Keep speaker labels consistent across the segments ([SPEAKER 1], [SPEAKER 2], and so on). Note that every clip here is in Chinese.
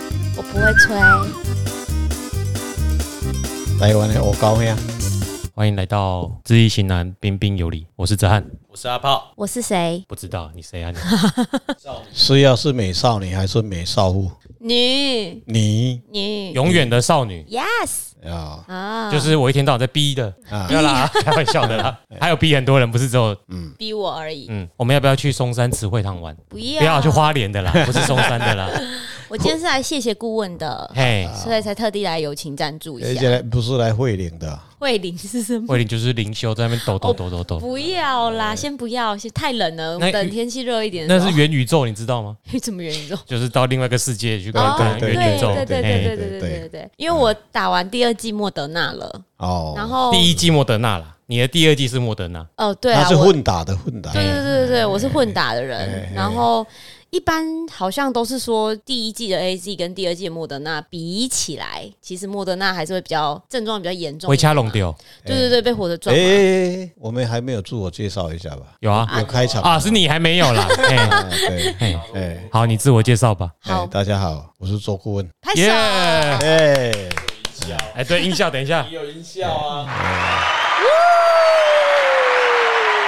[SPEAKER 1] 吹。
[SPEAKER 2] 台湾的欧高呀，
[SPEAKER 3] 欢迎来到知易行难，彬彬有礼。我是哲翰，
[SPEAKER 4] 我是阿炮，
[SPEAKER 1] 我是谁？
[SPEAKER 3] 不知道你谁啊你？
[SPEAKER 2] 是要是美少女还是美少妇？
[SPEAKER 1] 你
[SPEAKER 2] 你
[SPEAKER 1] 你
[SPEAKER 3] 永远的少女，
[SPEAKER 1] Yes
[SPEAKER 2] 啊，
[SPEAKER 1] 啊，
[SPEAKER 3] 就是我一天到晚在逼的，
[SPEAKER 2] 啊
[SPEAKER 3] 不要啦， 开玩笑的啦。
[SPEAKER 4] 哎
[SPEAKER 3] 还有逼很多人，不是只有
[SPEAKER 1] 逼我而已。
[SPEAKER 3] 嗯，我们要不要去松山词汇堂玩？
[SPEAKER 1] 不要
[SPEAKER 3] 不要去花莲的啦，不是松山的 啦。
[SPEAKER 1] 我今天是来谢谢顾问的，
[SPEAKER 3] 嘿，
[SPEAKER 1] 所以才特地来友情赞助
[SPEAKER 2] 而
[SPEAKER 1] 一
[SPEAKER 2] 且
[SPEAKER 1] 下。
[SPEAKER 2] 来不是来会领的，
[SPEAKER 1] 慧玲是什么？
[SPEAKER 3] 慧玲就是灵修在那边抖抖抖抖抖，
[SPEAKER 1] 哦不要啦，先不要，先太冷了，我们
[SPEAKER 3] 那
[SPEAKER 1] 等天气热一点的
[SPEAKER 3] 那
[SPEAKER 1] 时候。
[SPEAKER 3] 是元宇宙，你知道吗？
[SPEAKER 1] 是怎么原因？
[SPEAKER 3] 就是到另外一个世界去
[SPEAKER 1] 哦，
[SPEAKER 3] 看
[SPEAKER 1] 对
[SPEAKER 2] 对
[SPEAKER 3] 元宇宙。
[SPEAKER 1] 对对对
[SPEAKER 3] 嘿
[SPEAKER 1] 对对对对对，因为我打完第二季莫德纳了，
[SPEAKER 2] 哦，
[SPEAKER 1] 然后
[SPEAKER 3] 第一季莫德纳啦，你的第二季是莫德纳，
[SPEAKER 1] 哦对
[SPEAKER 2] 他
[SPEAKER 1] 啊，
[SPEAKER 2] 是
[SPEAKER 1] 我
[SPEAKER 2] 混打的混打哎
[SPEAKER 1] 对对对对对，我是混打的人，然后。一般好像都是说第一季的 A Z 跟第二季的莫德纳比起来，其实莫德纳还是会比较症状比较严重。
[SPEAKER 3] 回家龙，丢
[SPEAKER 1] 对对对，被活的撞
[SPEAKER 2] 哎
[SPEAKER 1] 嘛。
[SPEAKER 2] 哎，哎我们还没有自我介绍一下吧？
[SPEAKER 3] 有啊
[SPEAKER 2] 有开
[SPEAKER 1] 哦
[SPEAKER 2] 场
[SPEAKER 3] 啊，是你还没有啦。嘿，
[SPEAKER 2] 啊， 对，哎哎
[SPEAKER 3] 好，你自我介绍吧。
[SPEAKER 1] 好
[SPEAKER 2] 哎，，大家好，我是周顾问，
[SPEAKER 1] 拍手
[SPEAKER 3] 耶！！
[SPEAKER 2] 哎，
[SPEAKER 3] 哎，对，音效，等一下
[SPEAKER 4] 你。有音效啊，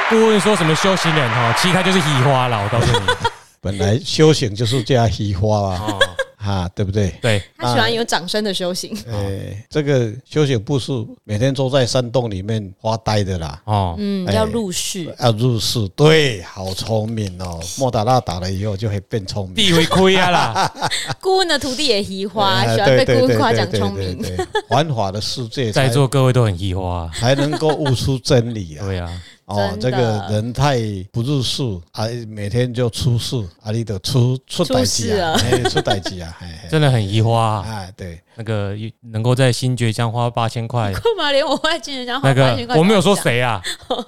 [SPEAKER 3] 顾问说什么修行人哈，其实他就是移花啦，我告诉你。
[SPEAKER 2] 本来修行就是这样虚花啊，
[SPEAKER 3] 哦，
[SPEAKER 2] 啊，对不对？
[SPEAKER 3] 对，
[SPEAKER 1] 他喜欢有掌声的修行，
[SPEAKER 3] 哦
[SPEAKER 2] 哎，这个修行不是每天都在山洞里面发呆的啦，
[SPEAKER 3] 哦，
[SPEAKER 1] 嗯，
[SPEAKER 2] 哎
[SPEAKER 1] 要入世。
[SPEAKER 2] 要入世，对，好聪明 哦。莫打那打了以后就会变聪明，
[SPEAKER 3] 地位亏 啊啦，
[SPEAKER 1] 顾问的徒弟也移 花，
[SPEAKER 2] 哎
[SPEAKER 1] 喜欢
[SPEAKER 2] 对
[SPEAKER 1] 被
[SPEAKER 2] 对
[SPEAKER 1] 顾问
[SPEAKER 2] 对
[SPEAKER 1] 夸
[SPEAKER 2] 对
[SPEAKER 1] 奖
[SPEAKER 2] 对
[SPEAKER 1] 聪
[SPEAKER 2] 对
[SPEAKER 1] 明。
[SPEAKER 2] 对 繁华的世界
[SPEAKER 3] 在
[SPEAKER 2] 才
[SPEAKER 3] 座各位都很移花啊。
[SPEAKER 2] 才能够悟出真理 啊！
[SPEAKER 3] 对啊，
[SPEAKER 2] 哦，
[SPEAKER 1] 真的
[SPEAKER 2] 这个人太不入世啊，每天就出事啊，你得出出
[SPEAKER 1] 出
[SPEAKER 2] 歹
[SPEAKER 1] 事
[SPEAKER 2] 机啊，
[SPEAKER 1] 了
[SPEAKER 2] 哎，出歹机啊， 哎
[SPEAKER 3] 真的很移花啊。
[SPEAKER 2] 哎，对，
[SPEAKER 3] 那个能够在新觉江花八千块，
[SPEAKER 1] 干嘛连我外星人讲
[SPEAKER 3] 那
[SPEAKER 1] 花哦八
[SPEAKER 3] 个
[SPEAKER 1] 千块？
[SPEAKER 3] 我没有说。谁啊，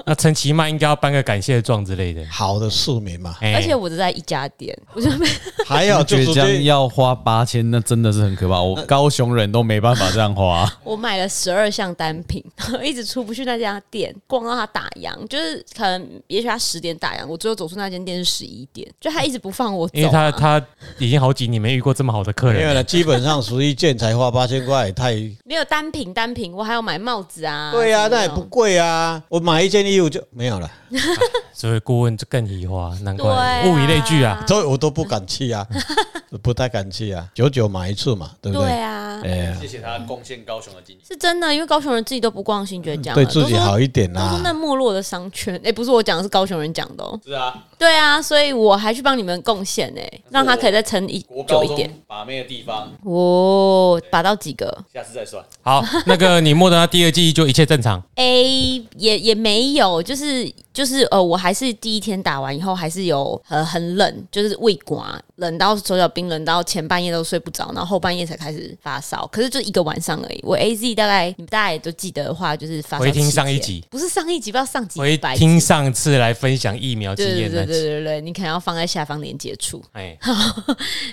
[SPEAKER 3] 那陈其迈应该要颁个感谢状之类的。
[SPEAKER 2] 好的市民
[SPEAKER 3] ，
[SPEAKER 2] 嘛
[SPEAKER 3] 哎
[SPEAKER 1] 而且我只在一家店，我就被
[SPEAKER 2] 还有就
[SPEAKER 5] 倔
[SPEAKER 2] 是
[SPEAKER 5] 强要花八千，那真的是很可怕。我高雄人都没办法这样 花，
[SPEAKER 1] 我买了十二项单品， 然后一直出不去那家店，逛到他打烊，就是可能也许他十点打烊，我最后走出那间店是十一点，就他一直不放我走、啊。
[SPEAKER 3] 因为他他已经好几年没遇过这么好的客
[SPEAKER 2] 没有
[SPEAKER 3] 人，
[SPEAKER 2] 了，基本上十一件才花八千块，也太
[SPEAKER 1] 没有单品，单品我还要买帽子啊。
[SPEAKER 2] 对啊，
[SPEAKER 1] 什么
[SPEAKER 2] 那
[SPEAKER 1] 的
[SPEAKER 2] 也不贵啊，我买一件衣服就没有了，
[SPEAKER 3] 所以顾问就更移花，难
[SPEAKER 1] 对啊
[SPEAKER 3] 怪物以类聚啊。
[SPEAKER 2] 所以我都不敢去啊，不太敢去啊，久久买一次嘛，对不
[SPEAKER 1] 对
[SPEAKER 2] 对？
[SPEAKER 1] 啊。
[SPEAKER 2] 哎呀，
[SPEAKER 4] 谢谢他贡献高雄的经济。
[SPEAKER 1] 是真的，因为高雄人自己都不逛新觉江了，
[SPEAKER 2] 嗯对自己好一点
[SPEAKER 1] 啊都
[SPEAKER 2] 啊
[SPEAKER 1] 说。都
[SPEAKER 2] 啦
[SPEAKER 1] 说。那没落的商圈，哎、不是我讲的，是高雄人讲的、哦。
[SPEAKER 4] 是啊，
[SPEAKER 1] 对啊，所以我还去帮你们贡献哎、让他可以再撑一
[SPEAKER 4] 国
[SPEAKER 1] 久
[SPEAKER 4] 高
[SPEAKER 1] 一点。
[SPEAKER 4] 中把妹的地方，
[SPEAKER 1] 哦，拔到几个？
[SPEAKER 4] 下次再算。
[SPEAKER 3] 好，那个你莫德纳第二季就一切正常，
[SPEAKER 1] A 也也没有，就是就是呃，我还是第一天打完以后还是有呃很冷，就是胃刮，冷到手脚冰冷到前半夜都睡不着，然后后半夜才开始发烧，可是就一个晚上而已。我 A Z 大概你们大家也都记得的话，就是发烧
[SPEAKER 3] 回
[SPEAKER 1] 期
[SPEAKER 3] 听
[SPEAKER 1] 间
[SPEAKER 3] 上一集，
[SPEAKER 1] 不是上一集，不知道上集
[SPEAKER 3] 回
[SPEAKER 1] 百集
[SPEAKER 3] 听上次来分享疫苗经
[SPEAKER 1] 对对
[SPEAKER 3] 验
[SPEAKER 1] 对对
[SPEAKER 3] 那
[SPEAKER 1] 对
[SPEAKER 3] 集。
[SPEAKER 1] 对对，你可能要放在下方连接处。
[SPEAKER 3] 哎，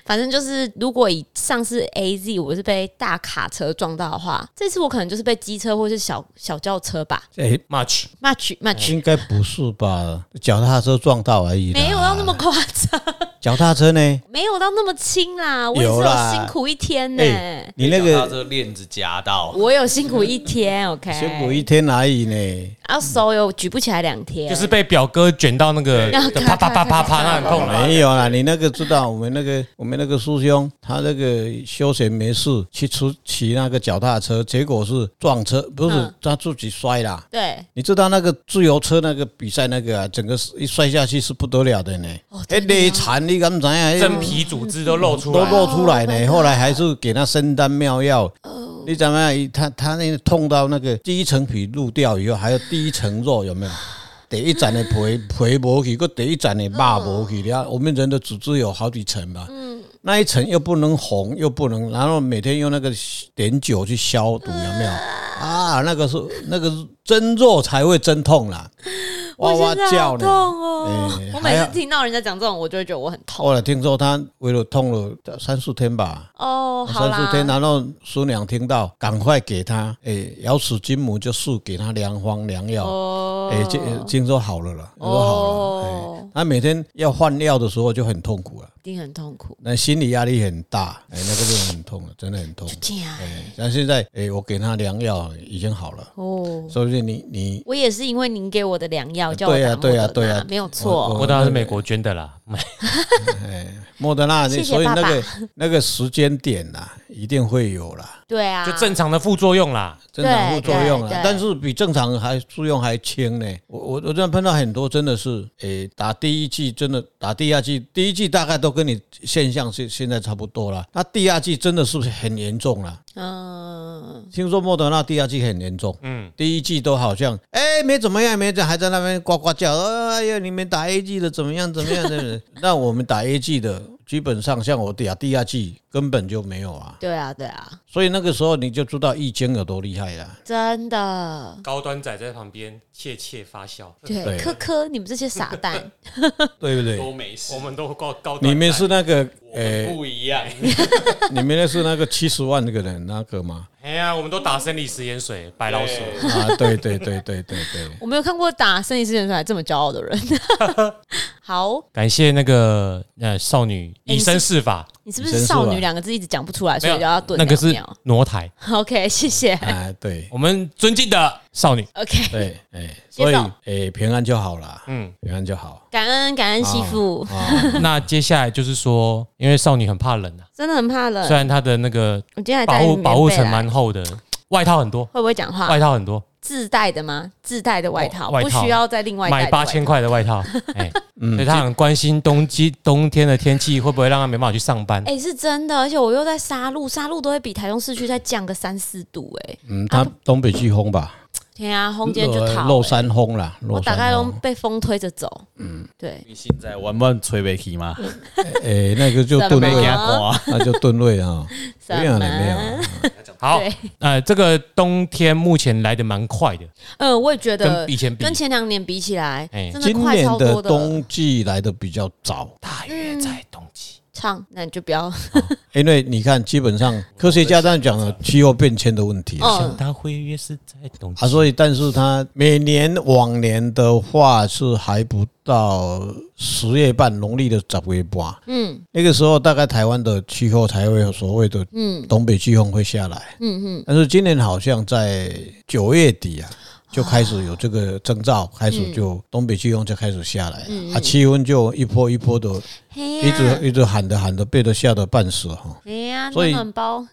[SPEAKER 1] 反正就是，如果以上次 A Z 我是被大卡车撞到的话，这次我可能就是被机车或是小小轿车吧
[SPEAKER 2] 哎，
[SPEAKER 3] much
[SPEAKER 1] ，much much，
[SPEAKER 2] 应该不是吧？脚踏车撞到而已啦。
[SPEAKER 1] 没有啊到那么夸张。
[SPEAKER 2] 脚踏车呢？
[SPEAKER 1] 没有到那么轻啦，我也是
[SPEAKER 2] 有
[SPEAKER 1] 有
[SPEAKER 2] 啦
[SPEAKER 1] 辛苦一天呢、
[SPEAKER 2] 哎你那
[SPEAKER 4] 被他
[SPEAKER 2] 个
[SPEAKER 4] 这链子夹到，
[SPEAKER 1] 我有辛苦一天，OK，
[SPEAKER 2] 辛苦一天而已呢。
[SPEAKER 1] 啊，手有举不起来两天，
[SPEAKER 3] 就是被表哥卷到那 个
[SPEAKER 1] 对对
[SPEAKER 3] 啪啪啪 啪啪，那很痛啊。
[SPEAKER 2] 没有啦，你那个知道，我们那个我们那个师兄，他那个休闲没事去出骑那个脚踏车，结果是撞车，不是
[SPEAKER 1] 嗯
[SPEAKER 2] 他自己摔啦。
[SPEAKER 1] 对，
[SPEAKER 2] 你知道那个自由车那个比赛那个啊，整个一摔下去是不得了的呢
[SPEAKER 1] 哦，
[SPEAKER 2] 哎，内残你敢不知啊？
[SPEAKER 3] 真皮组织都露出
[SPEAKER 2] 都
[SPEAKER 3] 来，
[SPEAKER 2] 露出来呢。
[SPEAKER 1] 哦
[SPEAKER 2] 后来还是给他仙丹妙药。你怎么样？他他那个痛到那个第一层皮露掉以后，还有第一层肉有 没有？第一层的皮皮剥去，个第一层的肉剥
[SPEAKER 1] 哦
[SPEAKER 2] 去了。我们人的组织有好几层吧？
[SPEAKER 1] 嗯
[SPEAKER 2] 那一层又不能红，又不能，然后每天用那个碘酒去消毒，有没有？啊，那个是那个蒸肉才会蒸痛啦，哇哇
[SPEAKER 1] 我现在
[SPEAKER 2] 叫
[SPEAKER 1] 好痛
[SPEAKER 2] 呢。
[SPEAKER 1] 哦、
[SPEAKER 2] 哎
[SPEAKER 1] 我
[SPEAKER 2] 还
[SPEAKER 1] 每
[SPEAKER 2] 要
[SPEAKER 1] 次听到人家讲这种，我就会觉得我很痛
[SPEAKER 2] 后来听说他为了痛了三四天吧，
[SPEAKER 1] 哦，好
[SPEAKER 2] 三四天，
[SPEAKER 1] 啦，
[SPEAKER 2] 然后师娘听到，赶快给他，诶、瑶池金母就赐给他良方良药，
[SPEAKER 1] 哦，
[SPEAKER 2] 诶、听听说好了了，说好了，诶、哎
[SPEAKER 1] 哦
[SPEAKER 2] 他每天要换药的时候就很痛苦了，啊
[SPEAKER 1] 定很痛苦。
[SPEAKER 2] 那心理压力很大，哎、那个就很痛了，真的很痛。
[SPEAKER 1] 这样
[SPEAKER 2] 哎但现在，哎、我给他良药已经好了，
[SPEAKER 1] 哦，
[SPEAKER 2] 说不定你你
[SPEAKER 1] 我也是因为您给我的良药叫我
[SPEAKER 2] 对啊
[SPEAKER 1] 打
[SPEAKER 2] 对啊
[SPEAKER 1] 莫德
[SPEAKER 2] 对啊
[SPEAKER 1] 纳没有
[SPEAKER 2] 我
[SPEAKER 1] 错。
[SPEAKER 3] 我当然是美国捐的啦， 买
[SPEAKER 2] 莫德纳，
[SPEAKER 1] 谢谢
[SPEAKER 2] 所以那
[SPEAKER 1] 爸
[SPEAKER 2] 个
[SPEAKER 1] 爸
[SPEAKER 2] 那个时间点呐、一定会有啦，
[SPEAKER 1] 对啊，
[SPEAKER 3] 就正常的副作用啦。
[SPEAKER 2] 正常副作用
[SPEAKER 1] 对对，
[SPEAKER 2] 啊但是比正常还作用还轻呢。我我我这样碰到很多真的是，诶、打第一剂真的打第二剂，第一剂大概都跟你现象是现在差不多了，那第二剂真的是很严重了。
[SPEAKER 1] 嗯，
[SPEAKER 2] 听说莫德纳第二季很严重，
[SPEAKER 3] 嗯，
[SPEAKER 2] 第一季都好像哎、没怎么样，没怎还在那边呱呱叫，呃哎呀你们打 A 季的怎么样怎么样怎么 样？那我们打 A 季的基本上像我打第二季根本就没有啊，
[SPEAKER 1] 对啊，对啊，
[SPEAKER 2] 所以那个时候你就知道易经有多厉害啊了。
[SPEAKER 1] 真的。
[SPEAKER 3] 高端仔在旁边窃窃发笑，
[SPEAKER 1] 对，
[SPEAKER 2] 对
[SPEAKER 1] 科科，你们这些傻 蛋，
[SPEAKER 2] 对不
[SPEAKER 4] 都
[SPEAKER 2] 对？
[SPEAKER 4] 没事
[SPEAKER 3] 我，们都高高端仔。
[SPEAKER 2] 你们是那个
[SPEAKER 4] 我们
[SPEAKER 2] 呃，
[SPEAKER 5] 哎
[SPEAKER 4] 不一样，
[SPEAKER 2] 你们那是那个七十万个人那个吗？
[SPEAKER 3] 哎呀，我们都打生理食盐水，白老鼠。
[SPEAKER 4] 对
[SPEAKER 2] 啊，对对对对对对。
[SPEAKER 1] 我没有看过打生理之前出来这么骄傲的 人。好，
[SPEAKER 3] 感谢那个呃少女以身试法，
[SPEAKER 1] 你是不是
[SPEAKER 2] 真是
[SPEAKER 1] 少女
[SPEAKER 2] 吧
[SPEAKER 1] 两个字一直讲不出来，所
[SPEAKER 3] 没
[SPEAKER 1] 以
[SPEAKER 3] 有
[SPEAKER 1] 就要顿
[SPEAKER 3] 那个
[SPEAKER 1] 两
[SPEAKER 3] 是
[SPEAKER 1] 秒
[SPEAKER 3] 挪台，
[SPEAKER 1] ？OK，谢谢。
[SPEAKER 2] 啊，对
[SPEAKER 3] 我们尊敬的少女。
[SPEAKER 1] OK，
[SPEAKER 2] 对，哎、所以
[SPEAKER 1] 接受
[SPEAKER 2] 哎、平安就好了，
[SPEAKER 3] 嗯，
[SPEAKER 2] 平安 就好。
[SPEAKER 1] 感恩感恩媳妇，
[SPEAKER 2] 啊，
[SPEAKER 3] 那接下来就是说，因为少女很怕冷啊，
[SPEAKER 1] 真的很怕冷
[SPEAKER 3] 虽。然她的那个
[SPEAKER 1] 我今天还
[SPEAKER 3] 保
[SPEAKER 1] 带
[SPEAKER 3] 护
[SPEAKER 1] 棉
[SPEAKER 3] 保护
[SPEAKER 1] 被
[SPEAKER 3] 层
[SPEAKER 1] 来
[SPEAKER 3] 蛮厚的，外套很多，
[SPEAKER 1] 会不会讲话？
[SPEAKER 3] 外套很多，
[SPEAKER 1] 自带的吗？自带的外套，
[SPEAKER 3] 外
[SPEAKER 1] 不
[SPEAKER 3] 套
[SPEAKER 1] 需要再另外带
[SPEAKER 3] 买
[SPEAKER 1] 的
[SPEAKER 3] 八
[SPEAKER 1] 外
[SPEAKER 3] 千
[SPEAKER 1] 套。
[SPEAKER 3] 块的外套，哎，所以她很关心冬季冬天的天气会不会让她没办法去上班。
[SPEAKER 1] 哎、是真的，而且我又在沙鹿，沙鹿都会比台中市区再降个三四度、哎，
[SPEAKER 2] 嗯，他东北季风吧，
[SPEAKER 1] 天啊，风今天就逃、
[SPEAKER 2] 呃
[SPEAKER 1] 欸，
[SPEAKER 2] 落山风啦，落
[SPEAKER 1] 我大
[SPEAKER 2] 山
[SPEAKER 1] 概都
[SPEAKER 3] 哦
[SPEAKER 2] 风。
[SPEAKER 1] 被风推着走。嗯，对，
[SPEAKER 5] 你现在玩玩吹北起吗？
[SPEAKER 2] 诶、那个就
[SPEAKER 1] 怎
[SPEAKER 2] 吨
[SPEAKER 1] 么
[SPEAKER 2] 位
[SPEAKER 1] 了
[SPEAKER 2] 啊，
[SPEAKER 5] 哇，
[SPEAKER 2] 那就吨位啊，
[SPEAKER 1] 什
[SPEAKER 2] 没有了，没有
[SPEAKER 1] 么
[SPEAKER 2] 了？。
[SPEAKER 3] 好
[SPEAKER 1] 对，
[SPEAKER 3] 呃，这个冬天目前来的蛮快的，
[SPEAKER 1] 嗯，我也觉得
[SPEAKER 3] 跟以前比
[SPEAKER 1] 跟前两年比起来，
[SPEAKER 3] 哎
[SPEAKER 1] 真的
[SPEAKER 2] 今
[SPEAKER 1] 快
[SPEAKER 2] 年
[SPEAKER 1] 超
[SPEAKER 2] 的
[SPEAKER 1] 多
[SPEAKER 2] 冬季来的比较早，
[SPEAKER 3] 大约在冬季。
[SPEAKER 1] 唱，那你就不 要。
[SPEAKER 2] 因为你看，基本上科学家这样讲了气候变迁的问题啊，
[SPEAKER 1] 嗯，
[SPEAKER 3] 他会约是在冬季
[SPEAKER 2] 啊，所以但是它每年往年的话是还不到十月半，农历的十月半，
[SPEAKER 1] 嗯
[SPEAKER 2] 那个时候大概台湾的气候才会有所谓的
[SPEAKER 1] 嗯
[SPEAKER 2] 东北季风会下来。
[SPEAKER 1] 嗯嗯，
[SPEAKER 2] 但是今年好像在九月底啊，就开始有这个征兆，开始
[SPEAKER 1] 嗯
[SPEAKER 2] 就东北季风就开始下来了，啊，气温就一波一波的，
[SPEAKER 1] 嘿嗯
[SPEAKER 2] 一
[SPEAKER 1] 哎呀
[SPEAKER 2] 直，一直喊的喊的，被都吓得半死哈。
[SPEAKER 1] 嘿呀，
[SPEAKER 2] 所
[SPEAKER 1] 暖
[SPEAKER 2] 以
[SPEAKER 1] 暖包，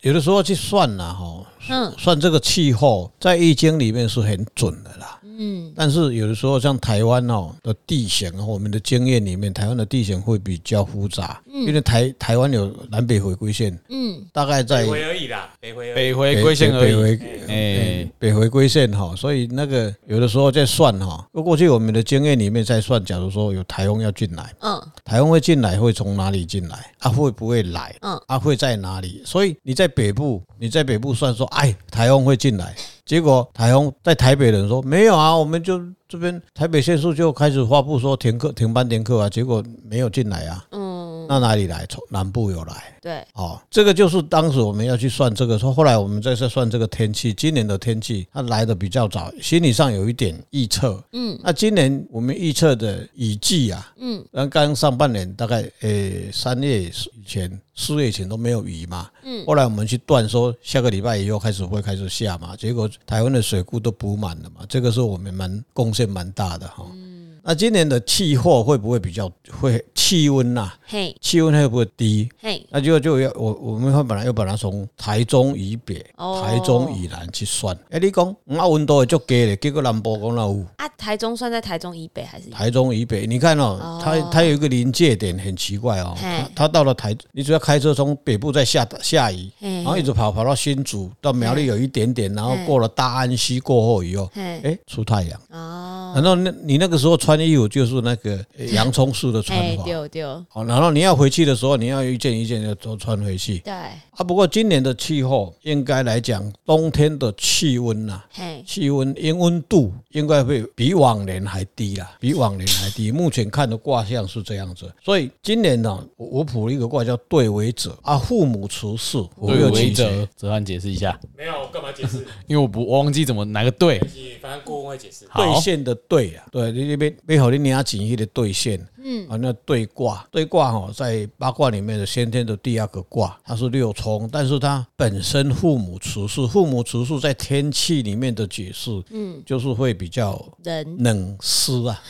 [SPEAKER 2] 有的时候去算了哈，
[SPEAKER 1] 嗯
[SPEAKER 2] 算这个气候在易经里面是很准的啦。
[SPEAKER 1] 嗯，
[SPEAKER 2] 但是有的时候，像台湾哦的地形，我们的经验里面，台湾的地形会比较复杂，因为台台湾有南北回归线，
[SPEAKER 1] 嗯，
[SPEAKER 2] 大概在
[SPEAKER 3] 回而已啦，北回而已。
[SPEAKER 5] 北回归线而
[SPEAKER 2] 北
[SPEAKER 5] 已。
[SPEAKER 2] 回
[SPEAKER 5] 哎，
[SPEAKER 2] 北回归线哈，所以那个有的时候在算哈，过去我们的经验里面在算，假如说有台风要进来，
[SPEAKER 1] 嗯
[SPEAKER 2] 台风会进来会从哪里进来？啊，会不会来？
[SPEAKER 1] 嗯
[SPEAKER 2] 啊，会在哪里？所以你在北部，你在北部算说，哎，台风会进来，结果台风在台北人说没有啊，我们就这边台北县市就开始发布说停课、停班、停课啊，结果没有进来啊，
[SPEAKER 1] 嗯，
[SPEAKER 2] 那哪里来？从南部有来。
[SPEAKER 1] 对，
[SPEAKER 2] 哦，这个就是当时我们要去算这个，说后来我们再去算这个天气，今年的天气它来的比较早，心理上有一点预测。
[SPEAKER 1] 嗯
[SPEAKER 2] 那今年我们预测的雨季啊，
[SPEAKER 1] 嗯
[SPEAKER 2] 那刚上半年大概呃三月以前、四月以前都没有雨嘛，
[SPEAKER 1] 嗯
[SPEAKER 2] 后来我们去断说下个礼拜以后开始会开始下嘛，结果台湾的水库都补满了嘛，这个是我们蛮贡献蛮大的哈。
[SPEAKER 1] 嗯
[SPEAKER 2] 那今年的气候会不会比较会气温呐、
[SPEAKER 1] 嘿
[SPEAKER 2] 气温会不会低？
[SPEAKER 1] 嘿，
[SPEAKER 2] 那就就要我我们会本来要把它从台中以北、
[SPEAKER 1] 哦
[SPEAKER 2] 台中以南去算。哎、你讲嗯啊温度会足低咧，结果南部讲哪有？
[SPEAKER 1] 啊，台中算在台中以北还是以
[SPEAKER 2] 台中以北，你看
[SPEAKER 1] 哦
[SPEAKER 2] 哦，它它有一个临界点，很奇怪哦。
[SPEAKER 1] 嘿
[SPEAKER 2] 它它到了台，你只要开车从北部再下下移，
[SPEAKER 1] 嘿
[SPEAKER 2] 然后一直跑跑到新竹，到苗栗有一点点，然后
[SPEAKER 1] 嘿
[SPEAKER 2] 过了大安溪过后以后，
[SPEAKER 1] 嘿
[SPEAKER 2] 哎，出太阳。
[SPEAKER 1] 哦，
[SPEAKER 2] 然后那你那个时候穿衣服就是那个呃洋葱式的穿
[SPEAKER 1] 哎，
[SPEAKER 2] 法。
[SPEAKER 1] 丢丢，
[SPEAKER 2] 哦，然后你要回去的时候，你要一件一件的都穿回去。
[SPEAKER 1] 对，
[SPEAKER 2] 啊，不过今年的气候应该来讲，冬天的气温呐、
[SPEAKER 1] 嘿，
[SPEAKER 2] 气温因温度应该会比往年还低啦，比往年还低。目前看的卦象是这样子，所以今年呢、我我卜了一个卦叫“对为者”啊，父母慈事，我
[SPEAKER 5] 对
[SPEAKER 2] 有
[SPEAKER 5] 为
[SPEAKER 2] 其
[SPEAKER 5] 哲
[SPEAKER 2] 责。，
[SPEAKER 5] 哲汉解释一下，
[SPEAKER 3] 没有，我干嘛解释？
[SPEAKER 5] 因为我不我忘记怎么哪个对。
[SPEAKER 3] 反正顾问会解释。
[SPEAKER 5] 好
[SPEAKER 2] 兑现的兑啊，对，你那边要互你领钱迄个兑现，嗯，啊，那对卦，对卦哦，在八卦里面的先天的第二个卦，它是六冲，但是它本身父母持数，父母持数在天气里面的解释，嗯，就是会比较
[SPEAKER 1] 人
[SPEAKER 2] 冷湿啊，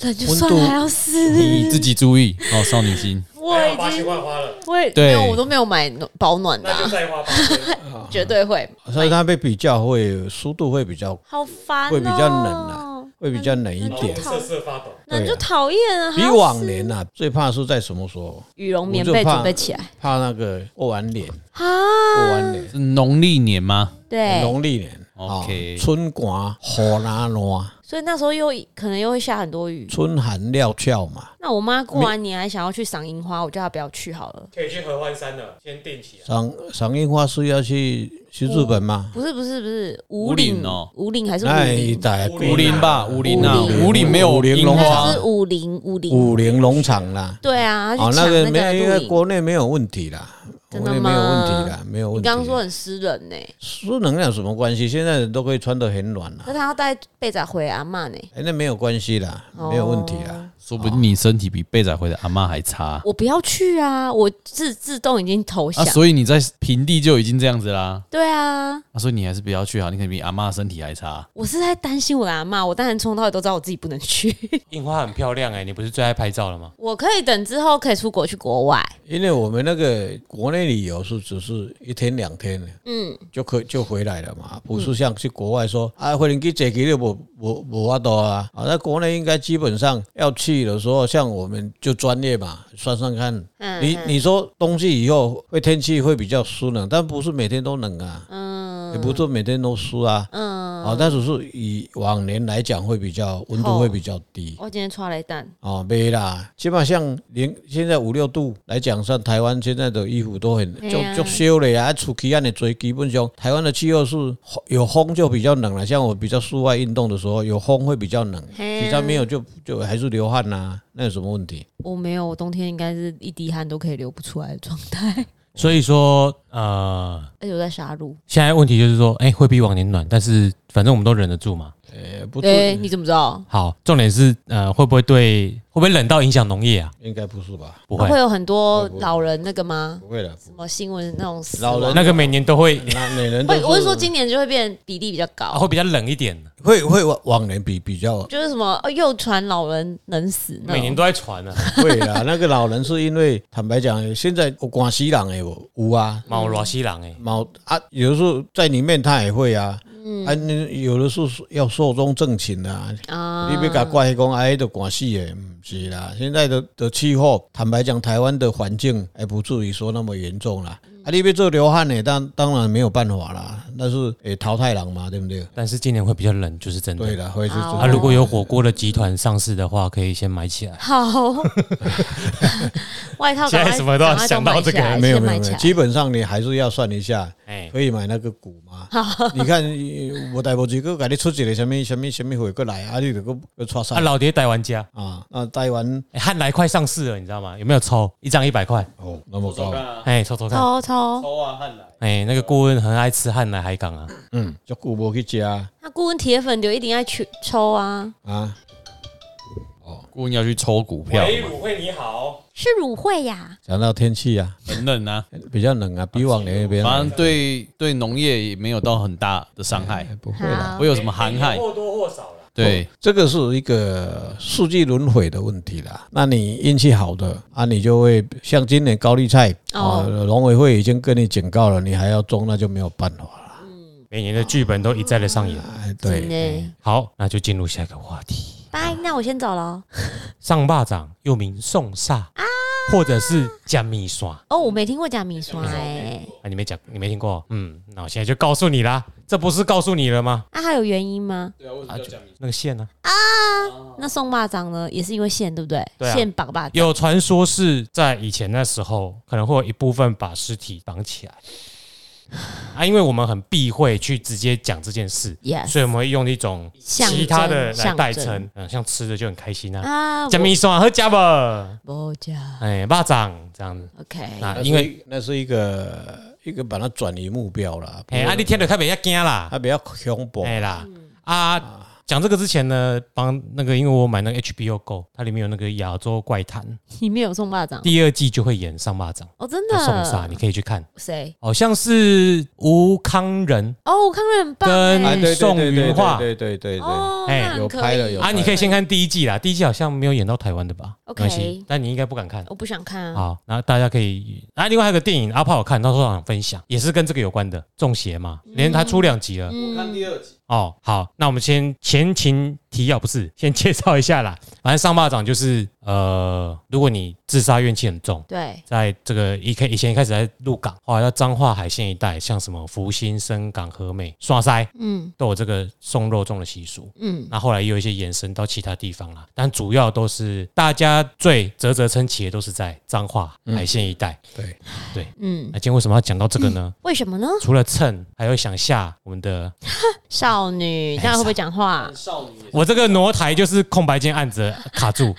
[SPEAKER 1] 人就
[SPEAKER 2] 温
[SPEAKER 1] 算
[SPEAKER 2] 度
[SPEAKER 1] 了，还要
[SPEAKER 2] 嗯
[SPEAKER 1] 撕。
[SPEAKER 5] 你自己注意哦，少女心。
[SPEAKER 1] 我
[SPEAKER 2] 哎
[SPEAKER 1] 已
[SPEAKER 3] 八千
[SPEAKER 1] 经
[SPEAKER 3] 万花了，
[SPEAKER 1] 我也
[SPEAKER 5] 对
[SPEAKER 1] 没有，我都没有买暖保暖的
[SPEAKER 3] 那
[SPEAKER 1] 啊、
[SPEAKER 3] 就再花八千。
[SPEAKER 1] 绝对会，
[SPEAKER 2] 所以它被比较会湿度会比较
[SPEAKER 1] 好烦、哦，
[SPEAKER 2] 会比较冷啊，会比较冷一点。
[SPEAKER 1] 讨
[SPEAKER 3] 瑟发抖，
[SPEAKER 1] 冷就讨厌啊，还
[SPEAKER 2] 比
[SPEAKER 1] 要
[SPEAKER 2] 往
[SPEAKER 1] 撕
[SPEAKER 2] 年呐、啊，最怕是在什么时候？
[SPEAKER 1] 羽绒棉
[SPEAKER 2] 我就
[SPEAKER 1] 被
[SPEAKER 2] 怕
[SPEAKER 1] 准备起来
[SPEAKER 2] 怕那个过完年，过
[SPEAKER 1] 啊，
[SPEAKER 2] 完年，
[SPEAKER 5] 是农历年吗？
[SPEAKER 1] 对，
[SPEAKER 2] 农历年。啊
[SPEAKER 5] OK
[SPEAKER 2] 春寒火辣热，
[SPEAKER 1] 所以那时候又可能又会下很多雨。
[SPEAKER 2] 春寒料峭嘛，
[SPEAKER 1] 那我妈过完年还想要去赏樱花，我叫她不要去好了。
[SPEAKER 3] 可以去合欢山了，先定起来。
[SPEAKER 2] 赏赏樱花是要去去日本吗？
[SPEAKER 1] 不是不是不是，
[SPEAKER 5] 五
[SPEAKER 1] 五
[SPEAKER 5] 岭
[SPEAKER 1] 岭
[SPEAKER 5] 哦
[SPEAKER 1] 五岭还是五
[SPEAKER 2] 那一
[SPEAKER 1] 岭？
[SPEAKER 2] 带
[SPEAKER 5] 武林吧，武林啊，
[SPEAKER 1] 武陵
[SPEAKER 5] 武林没有
[SPEAKER 2] 武陵
[SPEAKER 5] 樱
[SPEAKER 2] 龙
[SPEAKER 1] 那
[SPEAKER 5] 花
[SPEAKER 1] 就，是五岭五岭。
[SPEAKER 2] 武陵农场啦，
[SPEAKER 1] 对啊，她
[SPEAKER 2] 哦
[SPEAKER 1] 去，
[SPEAKER 2] 那
[SPEAKER 1] 抢
[SPEAKER 2] 个
[SPEAKER 1] 那
[SPEAKER 2] 没有，
[SPEAKER 1] 个
[SPEAKER 2] 因为
[SPEAKER 1] 露营。
[SPEAKER 2] 国内没有问题啦，国
[SPEAKER 1] 真的
[SPEAKER 2] 内没有问题
[SPEAKER 1] 吗
[SPEAKER 2] 啦，没有问
[SPEAKER 1] 你
[SPEAKER 2] 题。
[SPEAKER 1] 刚刚说很湿冷呢，
[SPEAKER 2] 湿能量有什么关系？现在人都可以穿得很暖啦，
[SPEAKER 1] 那她要带被子回阿嬷呢。
[SPEAKER 2] 哎，那没有关系啦，没有问题
[SPEAKER 1] 哦
[SPEAKER 2] 啦。
[SPEAKER 5] 说不定你身体比贝仔回的阿妈还差
[SPEAKER 1] 我不要去啊，我自自动已经投
[SPEAKER 5] 啊，
[SPEAKER 1] 降。
[SPEAKER 5] 所以你在平地就已经这样子啦，
[SPEAKER 1] 对啊，
[SPEAKER 5] 啊，所以你还是不要去好，你可能比阿妈身体还差。
[SPEAKER 1] 我是在担心我的阿嬷，我当然从头到尾都知道我自己不能去。
[SPEAKER 3] 樱花很漂亮哎、你不是最爱拍照了吗？
[SPEAKER 1] 我可以等之后可以出国去国外，
[SPEAKER 2] 因为我们那个国内旅游是只是一天两天
[SPEAKER 1] 嗯，
[SPEAKER 2] 就可就回来了嘛，不是像去国外说啊，回能去坐机就无无无法度啊。啊，在国内应该基本上要去的时候，像我们就专业嘛，算算看。
[SPEAKER 1] 嗯
[SPEAKER 2] 你你说冬季以后会天气会比较湿冷，但不是每天都冷啊，
[SPEAKER 1] 嗯
[SPEAKER 2] 也不是每天都湿啊。
[SPEAKER 1] 嗯，
[SPEAKER 2] 啊，但只是以往年来讲，会比较温度会比较低。
[SPEAKER 1] 我今天穿了一蛋，
[SPEAKER 2] 哦，没啦，起码像零现在五六度来讲，像台湾现在的衣服都很
[SPEAKER 1] 对
[SPEAKER 2] 就
[SPEAKER 1] 啊
[SPEAKER 2] 就烧了呀，出去安尼做，基本上台湾的气候是有风就比较冷了，像我比较室外运动的时候，有风会比较冷，
[SPEAKER 1] 嘿啊
[SPEAKER 2] 其他没有就就还是流汗呐、啊那有什么问题？
[SPEAKER 1] 我没有，我冬天应该是一滴汗都可以流不出来的状态，
[SPEAKER 3] 所以说，呃，
[SPEAKER 1] 而且我在杀戮。
[SPEAKER 3] 现在问题就是说，哎、会比往年暖，但是反正我们都忍得住嘛。
[SPEAKER 2] 呃，不
[SPEAKER 1] 对，
[SPEAKER 2] 对，
[SPEAKER 1] 哎你怎么知道？
[SPEAKER 3] 好，重点是，呃，会不会对会不会冷到影响农业啊？
[SPEAKER 2] 应该不是吧？
[SPEAKER 3] 不会，
[SPEAKER 1] 会有很多老人那个吗？
[SPEAKER 2] 不会了，
[SPEAKER 1] 什么新闻那种死
[SPEAKER 2] 老人
[SPEAKER 3] 那个每年都会、
[SPEAKER 2] 那每人都
[SPEAKER 1] 会，我是说今年就会变比例比较
[SPEAKER 3] 啊、
[SPEAKER 1] 高，
[SPEAKER 3] 会比较冷一点，
[SPEAKER 2] 会会往往年比比较
[SPEAKER 1] 就是什么哦又传老人冷死那
[SPEAKER 3] 每年
[SPEAKER 1] 种，
[SPEAKER 3] 都在传 啊，
[SPEAKER 2] 会啦。那个老人是因为坦白讲，现在有广西人诶，有有啊，
[SPEAKER 3] 毛罗西郎哎，
[SPEAKER 2] 猫啊，有的时候在里面他也会啊，
[SPEAKER 1] 嗯
[SPEAKER 2] 啊，你有的时候要寿终正寝啊，
[SPEAKER 1] 啊
[SPEAKER 2] 你别给怪讲哎，都关系的，不是啦。现在的的气候，坦白讲，台湾的环境还不至于说那么严重啦。
[SPEAKER 1] 嗯
[SPEAKER 2] 啊，你别做流汗呢，当当然没有办法啦，那是诶淘汰狼嘛，对不对？
[SPEAKER 3] 但是今年会比较冷，就是真的。
[SPEAKER 2] 对了，会是
[SPEAKER 1] 好
[SPEAKER 3] 啊，
[SPEAKER 1] 哦
[SPEAKER 3] 如果有火锅的集团上市的话，可以先买起来。
[SPEAKER 1] 好，外套赶
[SPEAKER 3] 现
[SPEAKER 1] 快
[SPEAKER 3] 在什么都要
[SPEAKER 1] 赶快
[SPEAKER 3] 想到
[SPEAKER 1] 买起
[SPEAKER 3] 这个
[SPEAKER 1] 来
[SPEAKER 2] 没有
[SPEAKER 1] 先
[SPEAKER 2] 没
[SPEAKER 1] 买
[SPEAKER 2] 有没
[SPEAKER 1] 起
[SPEAKER 2] 有，
[SPEAKER 1] 来
[SPEAKER 2] 基本上你还是要算 一下，
[SPEAKER 3] 哎、
[SPEAKER 2] 可以买那个股吗？你看呃我大伯几个给你出一个什么什么什么回过来，啊，你就个个错
[SPEAKER 3] 啊，
[SPEAKER 2] 杀
[SPEAKER 3] 老爹带玩家，
[SPEAKER 2] 啊，那台湾
[SPEAKER 3] 哎汉来快上市了，你知道吗？有没有抽一张一百块？
[SPEAKER 2] 哦，那么
[SPEAKER 4] 我说
[SPEAKER 2] 高
[SPEAKER 4] 看，啊，
[SPEAKER 3] 哎、抽抽看。
[SPEAKER 1] 超超，
[SPEAKER 4] 抽啊汉来，
[SPEAKER 3] 哎、那个顾问很爱吃汉来海港啊，
[SPEAKER 2] 嗯，足久无去食啊，
[SPEAKER 1] 那顾问铁粉就一定要去抽啊，
[SPEAKER 2] 啊，
[SPEAKER 5] 顾问要去抽股票了嘛，
[SPEAKER 3] 慧你好，
[SPEAKER 1] 是乳会呀，
[SPEAKER 2] 讲到天气啊，
[SPEAKER 5] 很冷啊，
[SPEAKER 2] 比较冷啊，比往年那边
[SPEAKER 5] 反
[SPEAKER 2] 冷
[SPEAKER 5] 正对对农业也没有到很大的伤害，
[SPEAKER 2] 哎
[SPEAKER 4] 哎
[SPEAKER 2] 不会啦。
[SPEAKER 1] 好
[SPEAKER 5] 不，会有什么寒害。
[SPEAKER 3] 或多或少了。
[SPEAKER 5] 对，
[SPEAKER 2] 这个是一个四季轮回的问题啦。那你运气好的啊，你就会像今年高丽菜啊，
[SPEAKER 1] 哦
[SPEAKER 2] 农委会已经跟你警告了，你还要种，那就没有办法了。
[SPEAKER 3] 每年的剧本都一再的上演。
[SPEAKER 2] 哎，
[SPEAKER 1] 真
[SPEAKER 2] 对，
[SPEAKER 1] 的，
[SPEAKER 3] 好，那就进入下一个话题。
[SPEAKER 1] 拜，那我先走了哦。
[SPEAKER 3] 上霸掌又名送煞啊，或者是加米刷啊，
[SPEAKER 1] 哦，我没听过假米刷哎，
[SPEAKER 3] 你没讲，你没听过？嗯，那我现在就告诉你啦，这不是告诉你了吗？
[SPEAKER 1] 那还有原因吗？
[SPEAKER 4] 对啊，为什么要讲你？
[SPEAKER 3] 那个线呢、
[SPEAKER 1] 那送蚂蚱呢，也是因为线对不对？
[SPEAKER 3] 啊对啊
[SPEAKER 1] 线绑蚂蚱，
[SPEAKER 3] 有传说是在以前那时候，可能会有一部分把尸体绑起来啊，因为我们很避讳去直接讲这件事
[SPEAKER 1] Yes
[SPEAKER 3] 所以我们会用一种
[SPEAKER 1] 象征
[SPEAKER 3] 其他的来代
[SPEAKER 1] 象
[SPEAKER 3] 称
[SPEAKER 1] 征，
[SPEAKER 3] 嗯，像吃的就很开心啊，
[SPEAKER 1] 啊，
[SPEAKER 3] 加米爽喝加吧，
[SPEAKER 1] 不加
[SPEAKER 3] 哎，巴掌这样子
[SPEAKER 1] ，OK，
[SPEAKER 3] 啊，
[SPEAKER 2] 那
[SPEAKER 3] 因
[SPEAKER 2] 因
[SPEAKER 3] 为
[SPEAKER 2] 为那是一个一个把它转移目标啦，
[SPEAKER 3] 哎哎，啊，你听得特别要惊
[SPEAKER 1] 嗯
[SPEAKER 3] 啦，
[SPEAKER 2] 它比较恐怖。
[SPEAKER 3] 哎啦，啊，讲这个之前呢，帮那个，因为我买那个 HBO Go，它里面有那个《亚洲怪谈》，
[SPEAKER 1] 里面有送巴掌
[SPEAKER 3] 第二季就会演上巴掌，
[SPEAKER 1] 哦，真
[SPEAKER 3] 就送煞，
[SPEAKER 1] 的
[SPEAKER 3] 你？可以去看，
[SPEAKER 1] 谁？
[SPEAKER 3] 好像是吴康仁
[SPEAKER 1] 哦，康仁很棒
[SPEAKER 3] 跟
[SPEAKER 2] 哎，
[SPEAKER 1] 哎
[SPEAKER 2] 对
[SPEAKER 3] 宋
[SPEAKER 2] 对对
[SPEAKER 3] 云
[SPEAKER 2] 对
[SPEAKER 3] 化
[SPEAKER 2] 对对对对对，
[SPEAKER 1] 哦，
[SPEAKER 3] 哎
[SPEAKER 1] 那很
[SPEAKER 2] 有
[SPEAKER 1] 可
[SPEAKER 2] 拍了
[SPEAKER 1] 以
[SPEAKER 2] 有
[SPEAKER 3] 啊，你可以先看第一季啦，第一季好像没有演到台湾的吧
[SPEAKER 1] OK
[SPEAKER 3] 没关系但你应该不敢看。
[SPEAKER 1] 我不想看啊。
[SPEAKER 3] 好，然后大家可以，啊，另外还有个电影阿炮我看，到时候想分享，也是跟这个有关的《中邪》嘛，
[SPEAKER 1] 嗯
[SPEAKER 3] 连他出两集了，
[SPEAKER 4] 我看第二集，
[SPEAKER 3] 哦，好，那我们先前情提要不是先介绍一下啦。反正上巴掌就是呃，如果你自杀怨气很重，
[SPEAKER 1] 对，
[SPEAKER 3] 在这个一开以前一开始在鹿港，后来到彰化海线一带，像什么福兴、深港、和美、刷塞
[SPEAKER 1] 嗯
[SPEAKER 3] 都有这个送肉粽的习俗。
[SPEAKER 1] 嗯，
[SPEAKER 3] 那后来也有一些延伸到其他地方啦，但主要都是大家最啧啧称奇的都是在彰化海线一带。
[SPEAKER 2] 对，
[SPEAKER 1] 嗯，
[SPEAKER 3] 那今天为什么要讲到这个呢？
[SPEAKER 1] 为什么呢？
[SPEAKER 3] 除了蹭，还有想下我们的
[SPEAKER 1] 少女，大
[SPEAKER 3] 哎
[SPEAKER 1] 家会不会讲话
[SPEAKER 4] 但？少女也是
[SPEAKER 3] 我这个挪台就是空白键按着卡 住，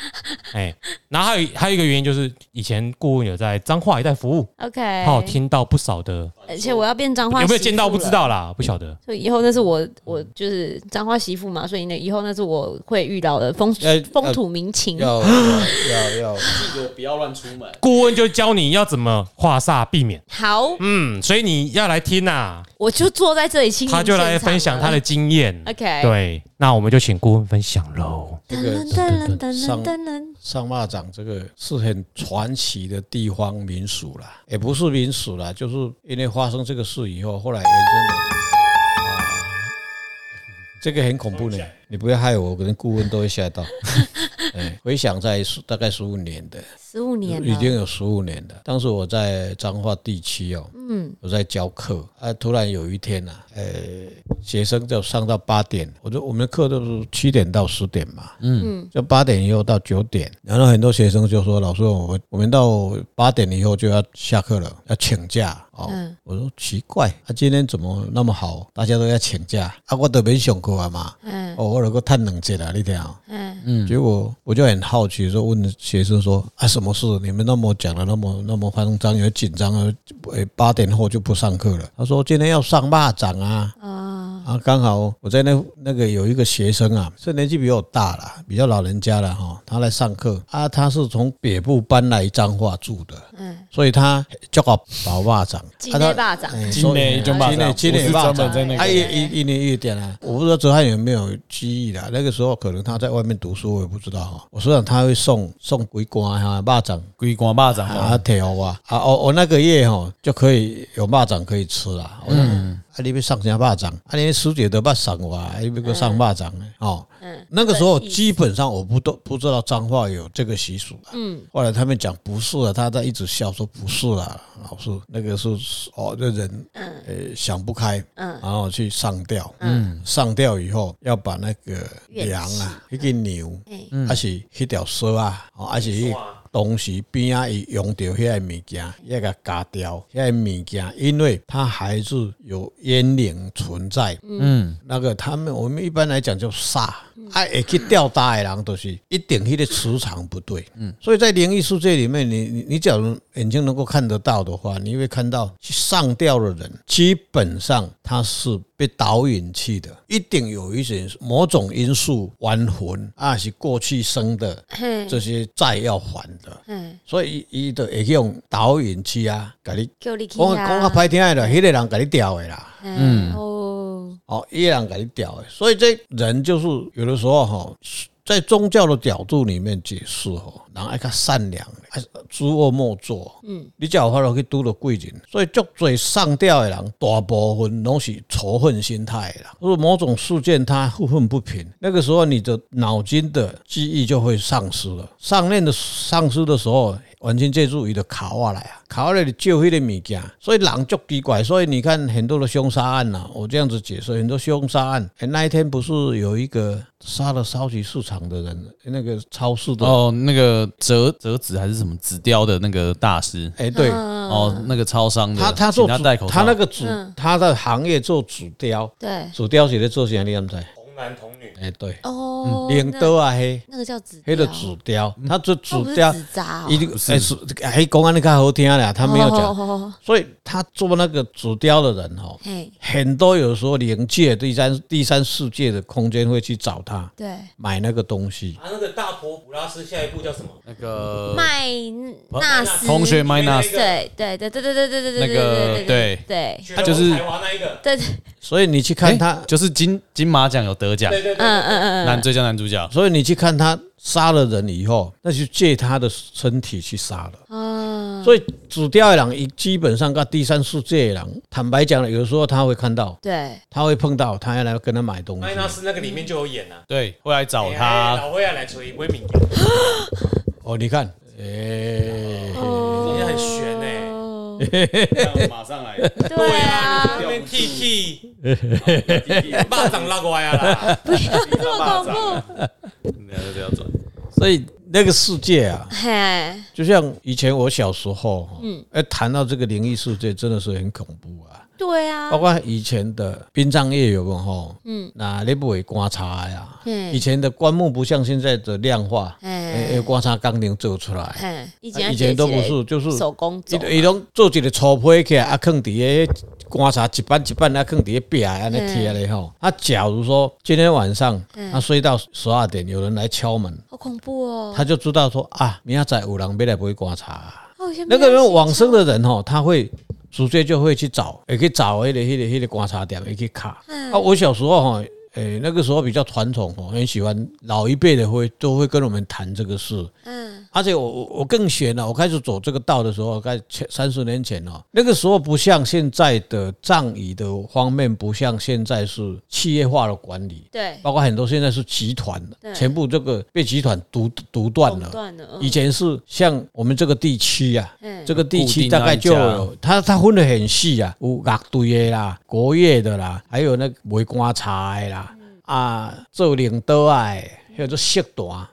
[SPEAKER 3] 哎，然后还有还有一个原因就是以前顾问有在彰化一带服务，
[SPEAKER 1] OK，
[SPEAKER 3] 他有听到不少的，
[SPEAKER 1] 而且我要变脏话，
[SPEAKER 3] 有没有见到不知。道啦，不晓得。
[SPEAKER 1] 所以以后那是我我就是彰化媳妇嘛，所以那以后那是我会遇到的风
[SPEAKER 2] 呃
[SPEAKER 1] 风土民情。
[SPEAKER 2] 要要要要，
[SPEAKER 4] 记得不要乱出门。
[SPEAKER 3] 顾问就教你要怎么化煞避免，
[SPEAKER 1] 好，
[SPEAKER 3] 嗯，所以你要来听呐、
[SPEAKER 1] 我就坐在这里亲临
[SPEAKER 3] 他就来
[SPEAKER 1] 现场
[SPEAKER 3] 分享
[SPEAKER 1] 了
[SPEAKER 3] 他的经验。
[SPEAKER 1] OK。
[SPEAKER 3] 对，那我们就请顾问分享喽。
[SPEAKER 2] 这个
[SPEAKER 1] 噔噔
[SPEAKER 2] 上
[SPEAKER 1] 噔噔噔，
[SPEAKER 2] 上蚂掌这个是很传奇的地方民俗啦，也不是民俗啦，就是因为发生这个事以后，后来延伸的。啊这个很恐怖呢，你不要害我，我可能顾问都会吓到。哎，回想在十大概十五年的，
[SPEAKER 1] 十五年
[SPEAKER 2] 已经
[SPEAKER 1] 了，
[SPEAKER 2] 有十五年了。当时我在彰化地区哦，嗯，我在教课啊，突然有一天呐、啊，呃，学生就上到八点，我就我们的课都是七点到十点嘛，嗯，就八点以后到九点，然后很多学生就说老师，我我们到八点以后就要下课了，要请假哦。
[SPEAKER 1] 嗯
[SPEAKER 2] 我说奇怪，啊，今天怎么那么好，大家都要请假啊？我都没上课啊嘛，
[SPEAKER 1] 嗯
[SPEAKER 2] 哦，我能够探冷节了，你听哦。
[SPEAKER 1] 嗯，
[SPEAKER 2] 结果我就很好奇，说问学生说啊，什么事？你们那么讲的那么那么慌张，有紧张啊？呃，八点后就不上课了。他说今天要上蚂蚱啊。
[SPEAKER 1] 啊，
[SPEAKER 2] 啊，刚好我在那那个有一个学生啊，是年纪比我大了，比较老人家了哈，他来上课啊，他是从北部搬来彰化住的，
[SPEAKER 1] 嗯，
[SPEAKER 2] 所以他叫个宝蚂蚱，
[SPEAKER 1] 几
[SPEAKER 2] 啊
[SPEAKER 1] 内
[SPEAKER 2] 他
[SPEAKER 1] 巴掌，
[SPEAKER 2] 哎
[SPEAKER 5] 今年
[SPEAKER 2] 所以
[SPEAKER 5] 就蚂蚱
[SPEAKER 2] 今
[SPEAKER 5] 不
[SPEAKER 2] 年
[SPEAKER 5] 是
[SPEAKER 2] 蚂
[SPEAKER 5] 专
[SPEAKER 2] 蚱
[SPEAKER 5] 门在那
[SPEAKER 2] 啊，
[SPEAKER 5] 个
[SPEAKER 2] 一一一年一点啊，我不知道哲汉有没有记忆啦。那个时候可能他在外面读书，我也不知道哈。我说他会送送鬼瓜哈、蚂蚱
[SPEAKER 5] 龟光巴掌哦
[SPEAKER 2] 啊、
[SPEAKER 5] 嘛，
[SPEAKER 2] 条啊啊，我我那个月哈就可以有蚂蚱可以吃啦。嗯，啊，你们上啥蚂蚱？啊，你们师姐都不上我啊，你们给我上蚂蚱呢？哦，
[SPEAKER 1] 嗯，
[SPEAKER 2] 那个时候基本上我不都不知道彰化有这个习俗啊。
[SPEAKER 1] 嗯，
[SPEAKER 2] 后来他们讲不是啊，他在一直笑说不是啊，老师那个是哦，这人呃想不开，
[SPEAKER 1] 嗯
[SPEAKER 2] 然后去上吊，嗯，上吊以后要把那个
[SPEAKER 1] 怨
[SPEAKER 2] 羊啊，一个牛，
[SPEAKER 1] 哎，
[SPEAKER 2] 还啊是迄条蛇啊，哦，还是迄东西边啊，伊用着遐个物件，遐个夹掉，遐个物件，因为它还是有烟灵存在，
[SPEAKER 5] 嗯，
[SPEAKER 2] 那个他们我们一般来讲叫煞，
[SPEAKER 1] 嗯
[SPEAKER 2] 啊，会去吊打的人都是一定迄个磁场不对，嗯，所以在灵异世界里面，你你你假如眼睛能够看得到的话，你会看到去上吊的人，基本上他是被导引去的，一定有一些某种因素完魂啊，是过去生的
[SPEAKER 1] 嘿，
[SPEAKER 2] 这些债要还的，
[SPEAKER 1] 嗯，
[SPEAKER 2] 所以伊就会用导引去啊，给你
[SPEAKER 1] 叫你去
[SPEAKER 2] 讲
[SPEAKER 1] 啊
[SPEAKER 2] 讲较，歹听的啦，迄、个人给你吊的啦。
[SPEAKER 1] 嗯，哦，
[SPEAKER 2] 哦，依然给你屌欸所以这人就是有的时候哈、在宗教的角度里面解释哦，人爱较善良的，爱诸恶莫作。嗯，你才有法度去拄到贵人，所以足侪上吊的人，大部分拢是仇恨心态的啦，或者某种事件他愤愤不平。那个时候你的脑筋的记忆就会丧失了，上念的丧失的时候，完全借助伊的考啊来啊，考啊来就借迄个物件，所以人足奇怪。所以你看很多的凶杀案呐、我这样子解释，很多凶杀案、诶那一天不是有一个杀了超级市场的人，那个超市的，哎、
[SPEAKER 5] 哦，那个折折纸还是什么纸雕的那个大师，
[SPEAKER 2] 哎对。
[SPEAKER 1] 嗯
[SPEAKER 5] 哦，那个超商的，
[SPEAKER 2] 他他
[SPEAKER 5] 请
[SPEAKER 2] 做
[SPEAKER 5] 他
[SPEAKER 2] 纸
[SPEAKER 5] 戴口
[SPEAKER 1] 嗯
[SPEAKER 5] 罩，
[SPEAKER 2] 他那个纸，他的行业做纸雕，
[SPEAKER 1] 对，
[SPEAKER 5] 嗯
[SPEAKER 2] 纸雕是在做啥？你知不知？
[SPEAKER 3] 男童女，
[SPEAKER 2] 哎、对，
[SPEAKER 1] 哦，
[SPEAKER 2] 领
[SPEAKER 1] 那
[SPEAKER 2] 刀啊嘿，
[SPEAKER 1] 那个叫纸雕，
[SPEAKER 2] 黑的纸雕，
[SPEAKER 5] 嗯
[SPEAKER 2] 他这纸
[SPEAKER 1] 它不是
[SPEAKER 2] 雕
[SPEAKER 1] 纸扎哦，
[SPEAKER 2] 一定哎是哎，公安那个好听啦，他没有讲，
[SPEAKER 1] 讲，
[SPEAKER 2] 所以他做那个纸雕的人哦，
[SPEAKER 1] 嘿，
[SPEAKER 2] 很多有时候灵界第三第三世界的空间会去找他
[SPEAKER 1] 对，
[SPEAKER 2] 买那个东西，
[SPEAKER 3] 啊，那个大婆普拉斯下一步叫什么？
[SPEAKER 5] 那个
[SPEAKER 1] 麦纳斯
[SPEAKER 5] 同学 minus
[SPEAKER 1] 对对对对对对对对
[SPEAKER 5] 那
[SPEAKER 1] 对
[SPEAKER 5] 个
[SPEAKER 1] 对
[SPEAKER 5] 对，
[SPEAKER 1] 对
[SPEAKER 5] 他就是
[SPEAKER 3] 华那一个，
[SPEAKER 1] 对对，
[SPEAKER 2] 所以你去看
[SPEAKER 5] 哎
[SPEAKER 2] 他，
[SPEAKER 5] 就是金金马奖有得奖，
[SPEAKER 3] 对
[SPEAKER 1] 嗯嗯
[SPEAKER 5] 男
[SPEAKER 1] 嗯嗯，
[SPEAKER 5] 最佳男主角，
[SPEAKER 2] 所以你去看他杀了人以后，那就借他的身体去杀了。
[SPEAKER 1] 嗯，
[SPEAKER 2] 所以纸雕的人，伊基本上跟第三世界的人，坦白讲了，有时候他会看到，
[SPEAKER 1] 对，
[SPEAKER 2] 他会碰到，他要来跟他买东西。
[SPEAKER 3] 麦纳斯那个里面就有演呐、啊。
[SPEAKER 5] 对，会来找
[SPEAKER 3] 哎
[SPEAKER 5] 他，
[SPEAKER 3] 老魏要来吹威敏，
[SPEAKER 2] 哦，你看，
[SPEAKER 1] 어. 네.
[SPEAKER 2] 诶，
[SPEAKER 3] 也很悬哎、
[SPEAKER 5] 哎
[SPEAKER 4] 这样马上来，
[SPEAKER 1] 对啊，
[SPEAKER 3] 那边 T T
[SPEAKER 4] 弟弟
[SPEAKER 3] 巴掌拉过来啊啦，
[SPEAKER 1] 这么恐怖，
[SPEAKER 5] 这要 转，
[SPEAKER 2] 所以那个世界啊，
[SPEAKER 1] 嘿，
[SPEAKER 2] 就像以前我小时候，嗯，哎，谈到这个灵异世界，真的是很恐怖啊。
[SPEAKER 1] 对啊
[SPEAKER 2] 包，括以前的殡葬业有没有吼？嗯，那你不会观察呀？
[SPEAKER 1] 嗯
[SPEAKER 2] 以前的棺木不像现在的量化，哎，
[SPEAKER 1] 嘿，
[SPEAKER 2] 要观察钢钉做出来。
[SPEAKER 1] 嘿，哎以
[SPEAKER 2] 啊
[SPEAKER 1] 前
[SPEAKER 2] 以前都不是就是
[SPEAKER 1] 手工
[SPEAKER 2] 伊
[SPEAKER 1] 做
[SPEAKER 2] 就，伊拢做一个粗胚起来，啊，放伫个观察一板一板，啊，放伫个壁安尼贴咧吼。啊，假如说今天晚上他睡到十二点，有人来敲门，
[SPEAKER 1] 好恐怖哦，
[SPEAKER 2] 他就知道说啊，明仔载有人要来不会观察啊。
[SPEAKER 1] 好像
[SPEAKER 2] 那个人往
[SPEAKER 1] 生
[SPEAKER 2] 生的人吼，他会直接就会去找，也可以找迄个迄个迄个观察点，也可以卡。啊，我小时候吼。诶、那个时候比较传统哦，很喜欢老一辈的会都会跟我们谈这个事，
[SPEAKER 1] 嗯，
[SPEAKER 2] 而且我我我更悬了，我开始走这个道的时候，在前三十年前哦，那个时候不像现在的葬仪的方面，不像现在是企业化的管理，
[SPEAKER 1] 对，
[SPEAKER 2] 包括很多现在是集团
[SPEAKER 1] 对
[SPEAKER 2] 的，全部这个被集团独独断
[SPEAKER 1] 垄
[SPEAKER 2] 了。
[SPEAKER 1] 断了，
[SPEAKER 2] 以前是像我们这个地区啊，
[SPEAKER 1] 嗯，
[SPEAKER 2] 这个地区大概就有它它分得很细啊，有乐队的啦、国乐的啦，还有那个卖棺材的啦，啊，做领导哎，还有做色团啊，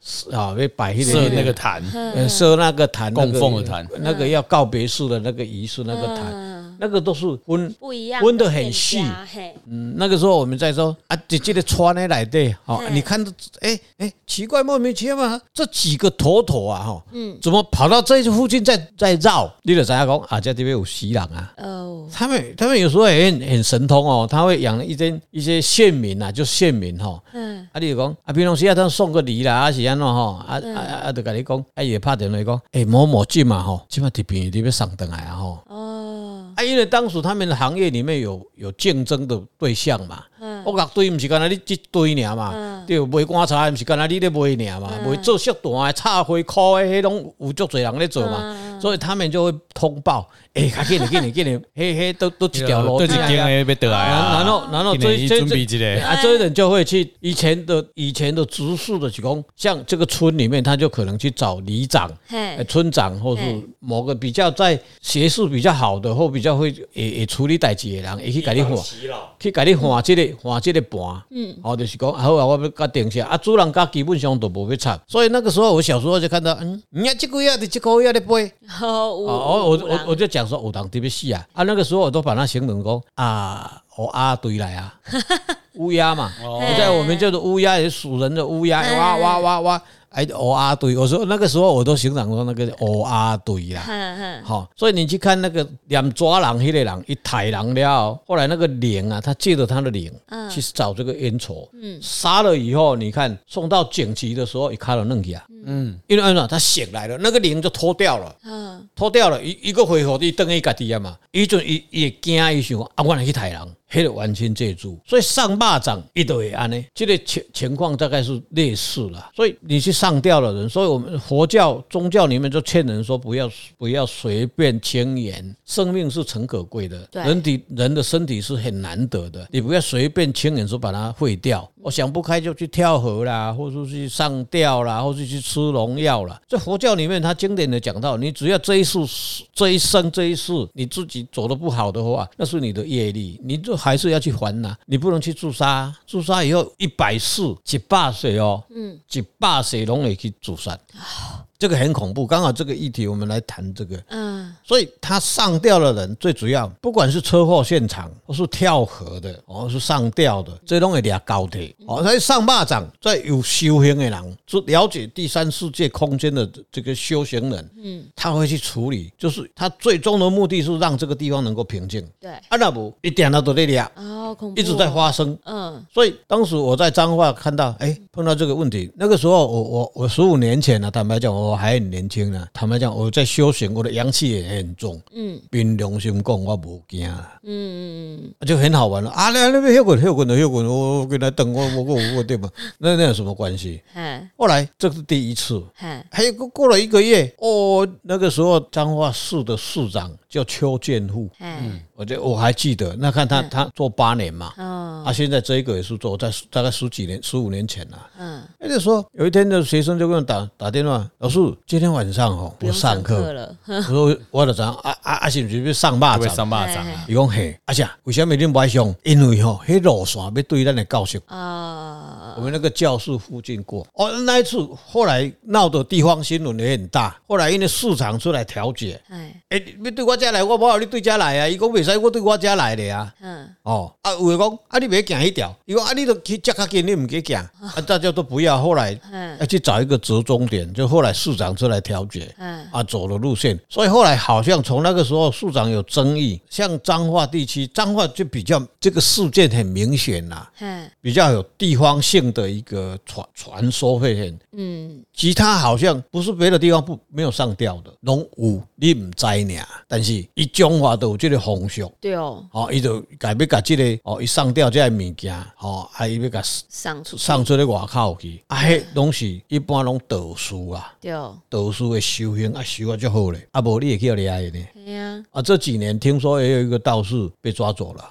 [SPEAKER 2] 要摆迄
[SPEAKER 5] 射那个坛， 啊
[SPEAKER 1] 嗯
[SPEAKER 2] 呃，设那个坛，那个
[SPEAKER 5] 供奉的坛，
[SPEAKER 2] 那个要告别式的那个仪式，那个坛，
[SPEAKER 1] 嗯
[SPEAKER 2] 那个都是分。
[SPEAKER 1] 不一样，
[SPEAKER 2] 温得很细
[SPEAKER 1] 嘿，
[SPEAKER 2] 嗯，那个时候我们在说啊，姐姐的穿的来对，哦，
[SPEAKER 1] 嗯
[SPEAKER 2] 你看到，哎哎，奇怪，莫名其妙啊，这几个头头啊，哈，嗯，怎么跑到这附近在在绕？你就知道讲啊，这这边有死人啊。
[SPEAKER 1] 哦，
[SPEAKER 2] 他们他们有时候也很很神通哦，他会养一些一些县民啊，就县民哈、哦，
[SPEAKER 1] 嗯，
[SPEAKER 2] 啊，你就讲啊，平常时啊，咱送个礼啦，啊是安怎吼，啊啊啊，啊就甲你讲，啊伊会拍电话讲，诶、某某进嘛吼，即嘛伫边你要送转来啊吼。
[SPEAKER 1] 哦，
[SPEAKER 2] 啊，因为当时他们的行业里面有有竞争的对象嘛，
[SPEAKER 1] 嗯
[SPEAKER 2] 我乐队毋是干那你一堆尔嘛
[SPEAKER 1] 嗯，
[SPEAKER 2] 对，卖棺材毋是干那你咧卖尔嘛，卖做色单的、插花箍的，迄拢有足侪人咧做嘛，所以他们就会通报，诶，较紧嘞，紧嘞，紧嘞，嘿嘿，都都一条路
[SPEAKER 5] 对，
[SPEAKER 2] 这
[SPEAKER 5] 一
[SPEAKER 2] 样啊
[SPEAKER 5] 间诶被得来
[SPEAKER 2] 然
[SPEAKER 5] 啊，
[SPEAKER 2] 然后然后
[SPEAKER 5] 一年
[SPEAKER 2] 这
[SPEAKER 5] 一
[SPEAKER 2] 这
[SPEAKER 5] 准备一
[SPEAKER 2] 这
[SPEAKER 5] 个
[SPEAKER 2] 啊，这些人就会去以前的以前的植树的职工，像这个村里面，他就可能去找里长、呃
[SPEAKER 1] 嘿，
[SPEAKER 2] 村长，或是
[SPEAKER 1] 嗯
[SPEAKER 2] 某个比较在学术比较好的，或比较会也也处理代志的人，也去给你
[SPEAKER 3] 一帮
[SPEAKER 2] 换，
[SPEAKER 3] 耆老，
[SPEAKER 2] 去给你换这个换这个盘。
[SPEAKER 1] 嗯，
[SPEAKER 2] 哦，就是讲好啊，我要甲定下啊，主人家基本上都无要插，所以那个时候我小时候就看到，嗯，你看这个月的这个月的背。
[SPEAKER 1] 哦，
[SPEAKER 2] 哦，我我我我就讲说，我当特别细啊啊，那个时候我都把它形容说啊，我啊堆来啊，乌鸦嘛，我在我们叫做乌鸦，也是属人的乌鸦，
[SPEAKER 1] 嗯
[SPEAKER 2] 哇哇哇哇，哎，我啊堆，我说那个时候我都形容说那个我啊堆啦。
[SPEAKER 1] 嗯
[SPEAKER 2] 好、所以你去看那个两抓狼黑的狼，一抬狼了，后来那个灵啊，他借着他的灵、
[SPEAKER 1] 嗯
[SPEAKER 2] 去找这个冤仇，嗯，杀了以后，你看送到警局的时候，一卡了弄去啊，嗯，因为为什么他醒来了，那个灵就脱掉了。
[SPEAKER 1] 嗯
[SPEAKER 2] 脱掉了，伊伊个回复伊等于家己啊嘛。伊阵伊伊会惊，伊想啊，我来去杀人，迄个完全借助。所以上巴掌伊都会安尼，即、个情情况大概是类似啦。所以你去上吊的人，所以我们佛教宗教里面就劝人说，不要不要随便轻言，生命是诚可贵的，
[SPEAKER 1] 对
[SPEAKER 2] 人体人的身体是很难得的，你不要随便轻言说把它毁掉。我想不开就去跳河啦，或是去上吊啦，或是去吃农药啦。在佛教里面，他经典的讲到，你只要这一世、这一生、这一世你自己走的不好的话，那是你的业力，你就还是要去还呐、你不能去自杀，自杀以后一百世、一百岁哦，嗯，一百岁拢会去自杀，这个很恐怖。刚好这个议题，我们来谈这个。
[SPEAKER 1] 嗯，
[SPEAKER 2] 所以他上吊的人最主要，不管是车祸现场，或是跳河的，哦，是上吊的，这拢会俩高的。哦，所以上巴掌在有修行的人，就了解第三世界空间的这个修行人，嗯，他会去处理，就是他最终的目的是让这个地方能够平静。
[SPEAKER 1] 对，
[SPEAKER 2] 啊，那不一点都都在俩，
[SPEAKER 1] 哦，恐怖，
[SPEAKER 2] 一直在，发生。
[SPEAKER 1] 嗯，
[SPEAKER 2] 所以当时我在彰化看到，哎，碰到这个问题，那个时候我我我十五年前啊呢、坦白讲我还很年轻呢、啊坦白讲我在修行，我的阳气也很重，嗯，凭良心讲我无惊啦，嗯就很好玩了啊，那那边休滚休滚的休滚，我我给他等我我我我对吗？那那有什么关系？
[SPEAKER 1] 嗨
[SPEAKER 2] 后来这是第一次，
[SPEAKER 1] 嗨，
[SPEAKER 2] 还有过过了一个月，哦，那个时候彰化市的市长叫邱建户，
[SPEAKER 1] 嗨，
[SPEAKER 2] 我就我还记得，那看他他做八年嘛，
[SPEAKER 1] 嗯
[SPEAKER 2] 啊，现在这一个也是做在大概十几年、十五年前了、
[SPEAKER 1] 嗯，
[SPEAKER 2] 那就说有一天的学生就给我打打电话，老师，今天晚上哦
[SPEAKER 1] 不
[SPEAKER 2] 不
[SPEAKER 1] 用
[SPEAKER 2] 上
[SPEAKER 1] 课
[SPEAKER 2] 课，
[SPEAKER 1] 了，
[SPEAKER 2] 我说我就知道啊啊啊是不是要上巴
[SPEAKER 5] 会不会
[SPEAKER 2] 掌？
[SPEAKER 5] 上巴掌啊？
[SPEAKER 2] 伊讲嘿，啊是啊，为什么恁不爱上？因为吼、迄路线要对咱的教室，
[SPEAKER 1] 啊
[SPEAKER 2] 我们那个教室附近过。哦，那一次后来闹的地方新闻也很大，后来因为市场出来调解，
[SPEAKER 1] 哎，
[SPEAKER 2] 诶、你你对我家来，我无你对家来啊，伊讲袂使，我对我家来的啊。
[SPEAKER 1] 嗯，
[SPEAKER 2] 哦，啊，有的讲啊，你别行迄条，伊讲啊，你都去接较近，你唔给行，啊，大家都不要。后来
[SPEAKER 1] 哦嗯
[SPEAKER 2] 要去找一个折中点，就后来市长出来调解，
[SPEAKER 1] 嗯
[SPEAKER 2] 啊，走的路线。所以后来好像从那个时候市长有争议，像彰化地区，彰化就比较这个事件很明显啦、
[SPEAKER 1] 嗨，
[SPEAKER 2] 比较有地方性的一个传传说会很。
[SPEAKER 1] 嗯，
[SPEAKER 2] 其他好像不是别的地方不没有上吊的，拢有你唔知呢。但是伊中华都有这个风俗，
[SPEAKER 1] 对哦，
[SPEAKER 2] 哦，伊就改要甲即、个哦，伊送掉这个物件，哦，啊，伊要甲
[SPEAKER 1] 上出
[SPEAKER 2] 送出去外口去，啊，迄拢是一般拢导师啊，
[SPEAKER 1] 对哦，
[SPEAKER 2] 导师的修行啊，修啊足好咧，啊，无你会去掠伊呢。
[SPEAKER 1] 哎呀，
[SPEAKER 2] 啊，这几年听说也有一个道士被抓走了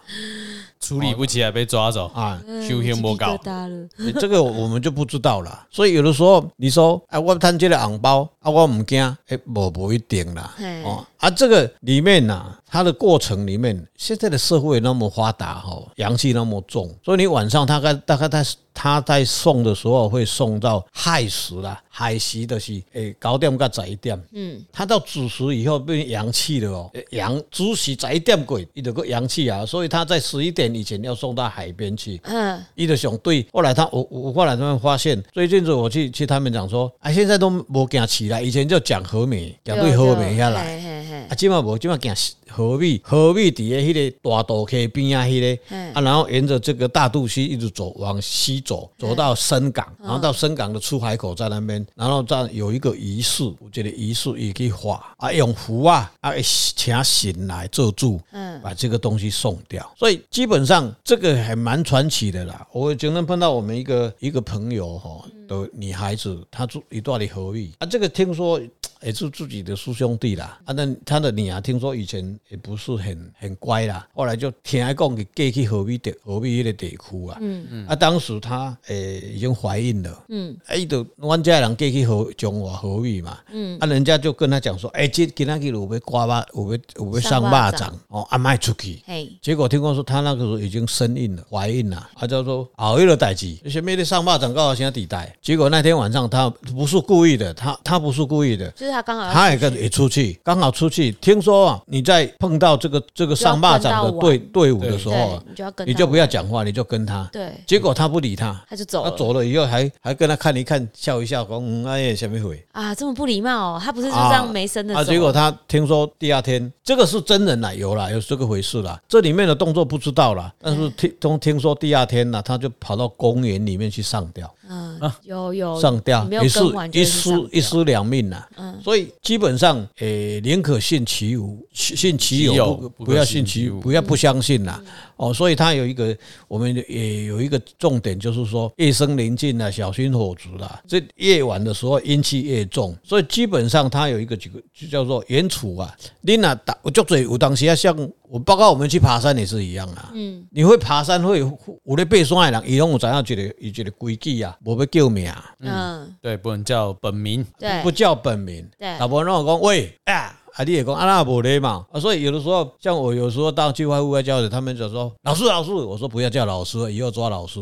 [SPEAKER 5] 处理不起来被抓走，
[SPEAKER 2] 啊，
[SPEAKER 5] 修行不搞
[SPEAKER 1] 嗯鸡皮疙，瘩了，
[SPEAKER 2] 这个我们就不知道了。所以有的时候你说，啊，我贪这个红包，啊，我唔惊，哎，无不一定啦
[SPEAKER 1] 嘿。
[SPEAKER 2] 哦，啊，这个里面呐、它的过程里面，现在的社会那么发达哈、哦，阳气那么重，所以你晚上大概大概在他在送的时候会送到亥时啦，亥时就是诶九点到十一点，嗯，他到子时以后变成阳气了哦，诶阳子时十一点过，伊就个阳气啊，所以他在十一点以前要送到海边去，
[SPEAKER 1] 嗯，
[SPEAKER 2] 伊就想对，后来他我我后来他们发现，最近子我去去他们讲说，啊，现在都无行起来，以前就讲和美，讲对和美下来，
[SPEAKER 1] 哦嘿嘿嘿
[SPEAKER 2] 啊，即嘛无即嘛行和美，和美伫诶迄个大渡溪边啊，迄个
[SPEAKER 1] 嗯
[SPEAKER 2] 啊，然后沿着这个大肚溪一直走往西走，走到深港，然后到深港的出海口在那边，然后再有一个仪式，有一个仪式伊去画啊，用符啊啊请神来做主，
[SPEAKER 1] 嗯
[SPEAKER 2] 把这个东西送掉。所以基本上这个还蛮传奇的啦。我经常碰到我们一个一个朋友哈的女孩子，她住一段的合意啊，这个听说也是自己的叔兄弟啦。啊，那她的女儿听说以前也不是很很乖啦，后来就听讲给嫁去合意的合意那个地区啊。嗯嗯。啊，当时她诶、已经怀孕了。嗯。啊，伊就阮家的人嫁去合中华合意嘛。嗯。啊，人家就跟她讲说，哎、这今仔日有要刮巴，有要有要上
[SPEAKER 1] 上
[SPEAKER 2] 巴
[SPEAKER 1] 巴
[SPEAKER 2] 掌
[SPEAKER 1] 掌。
[SPEAKER 2] 哦，啊，卖出去。
[SPEAKER 1] 嘿，
[SPEAKER 2] 结果听讲说她那个时候已经身孕了，怀孕了，她就说啊，为了代志，前面的上巴掌告诉先抵代。结果那天晚上她不是故意的，她她不是故意的，
[SPEAKER 1] 就是他刚好要
[SPEAKER 2] 她也跟也出去，刚好出去。听说啊，你在碰到这个这个上巴掌的队队伍的时候啊
[SPEAKER 1] 对，，你就要跟他
[SPEAKER 2] 你就不要讲话，你就跟他。
[SPEAKER 1] 对，
[SPEAKER 2] 结果他不理他，
[SPEAKER 1] 他就走
[SPEAKER 2] 他
[SPEAKER 1] 了
[SPEAKER 2] 走了以后还还跟他看一看，笑一笑，讲嗯哎呀，什么回？
[SPEAKER 1] 啊，这么不礼貌哦，他不是就这样没声的
[SPEAKER 2] 啊。结果他听说第二天，这个是真人啦，有啦，有这个回事啦。这里面的动作不知道啦，但是听都听说第二天呢，他就跑到公园里面去上吊，
[SPEAKER 1] 嗯，有有
[SPEAKER 2] 啊上吊
[SPEAKER 1] 你没有
[SPEAKER 2] 一尸
[SPEAKER 1] 跟完就
[SPEAKER 2] 一
[SPEAKER 1] 是上吊
[SPEAKER 2] 尸
[SPEAKER 1] 嗯
[SPEAKER 2] 一尸两命啦。所以基本上，诶，宁可信其无，信信其
[SPEAKER 5] 其
[SPEAKER 2] 有
[SPEAKER 5] 有，
[SPEAKER 2] 不
[SPEAKER 5] 不
[SPEAKER 2] 不
[SPEAKER 5] 可
[SPEAKER 2] 要
[SPEAKER 5] 信
[SPEAKER 2] 信
[SPEAKER 5] 其
[SPEAKER 2] 其
[SPEAKER 5] 无
[SPEAKER 2] 无，不要不相信
[SPEAKER 1] 嗯
[SPEAKER 2] 啦。哦，所以他有一个，我们也有一个重点，就是说夜深临近啊，小心火烛啦。这夜晚的时候阴气越重，所以基本上它有一个几个就叫做原处啊。你那打我就嘴，有当时啊，像我包括我们去爬山也是一样啊。嗯，你会爬山会有有咧爬山的人，伊拢有知影一个伊一个规矩啊，无要叫名，
[SPEAKER 1] 嗯，
[SPEAKER 5] 对，不能叫本名，
[SPEAKER 1] 对，
[SPEAKER 2] 不叫本名。
[SPEAKER 1] 对
[SPEAKER 2] 老婆让我讲喂啊。啊，你也讲啊那不嘞嘛啊，所以有的时候像我有时候到去外户外教的，他们就说老师老师，我说不要叫老师，以后抓老师，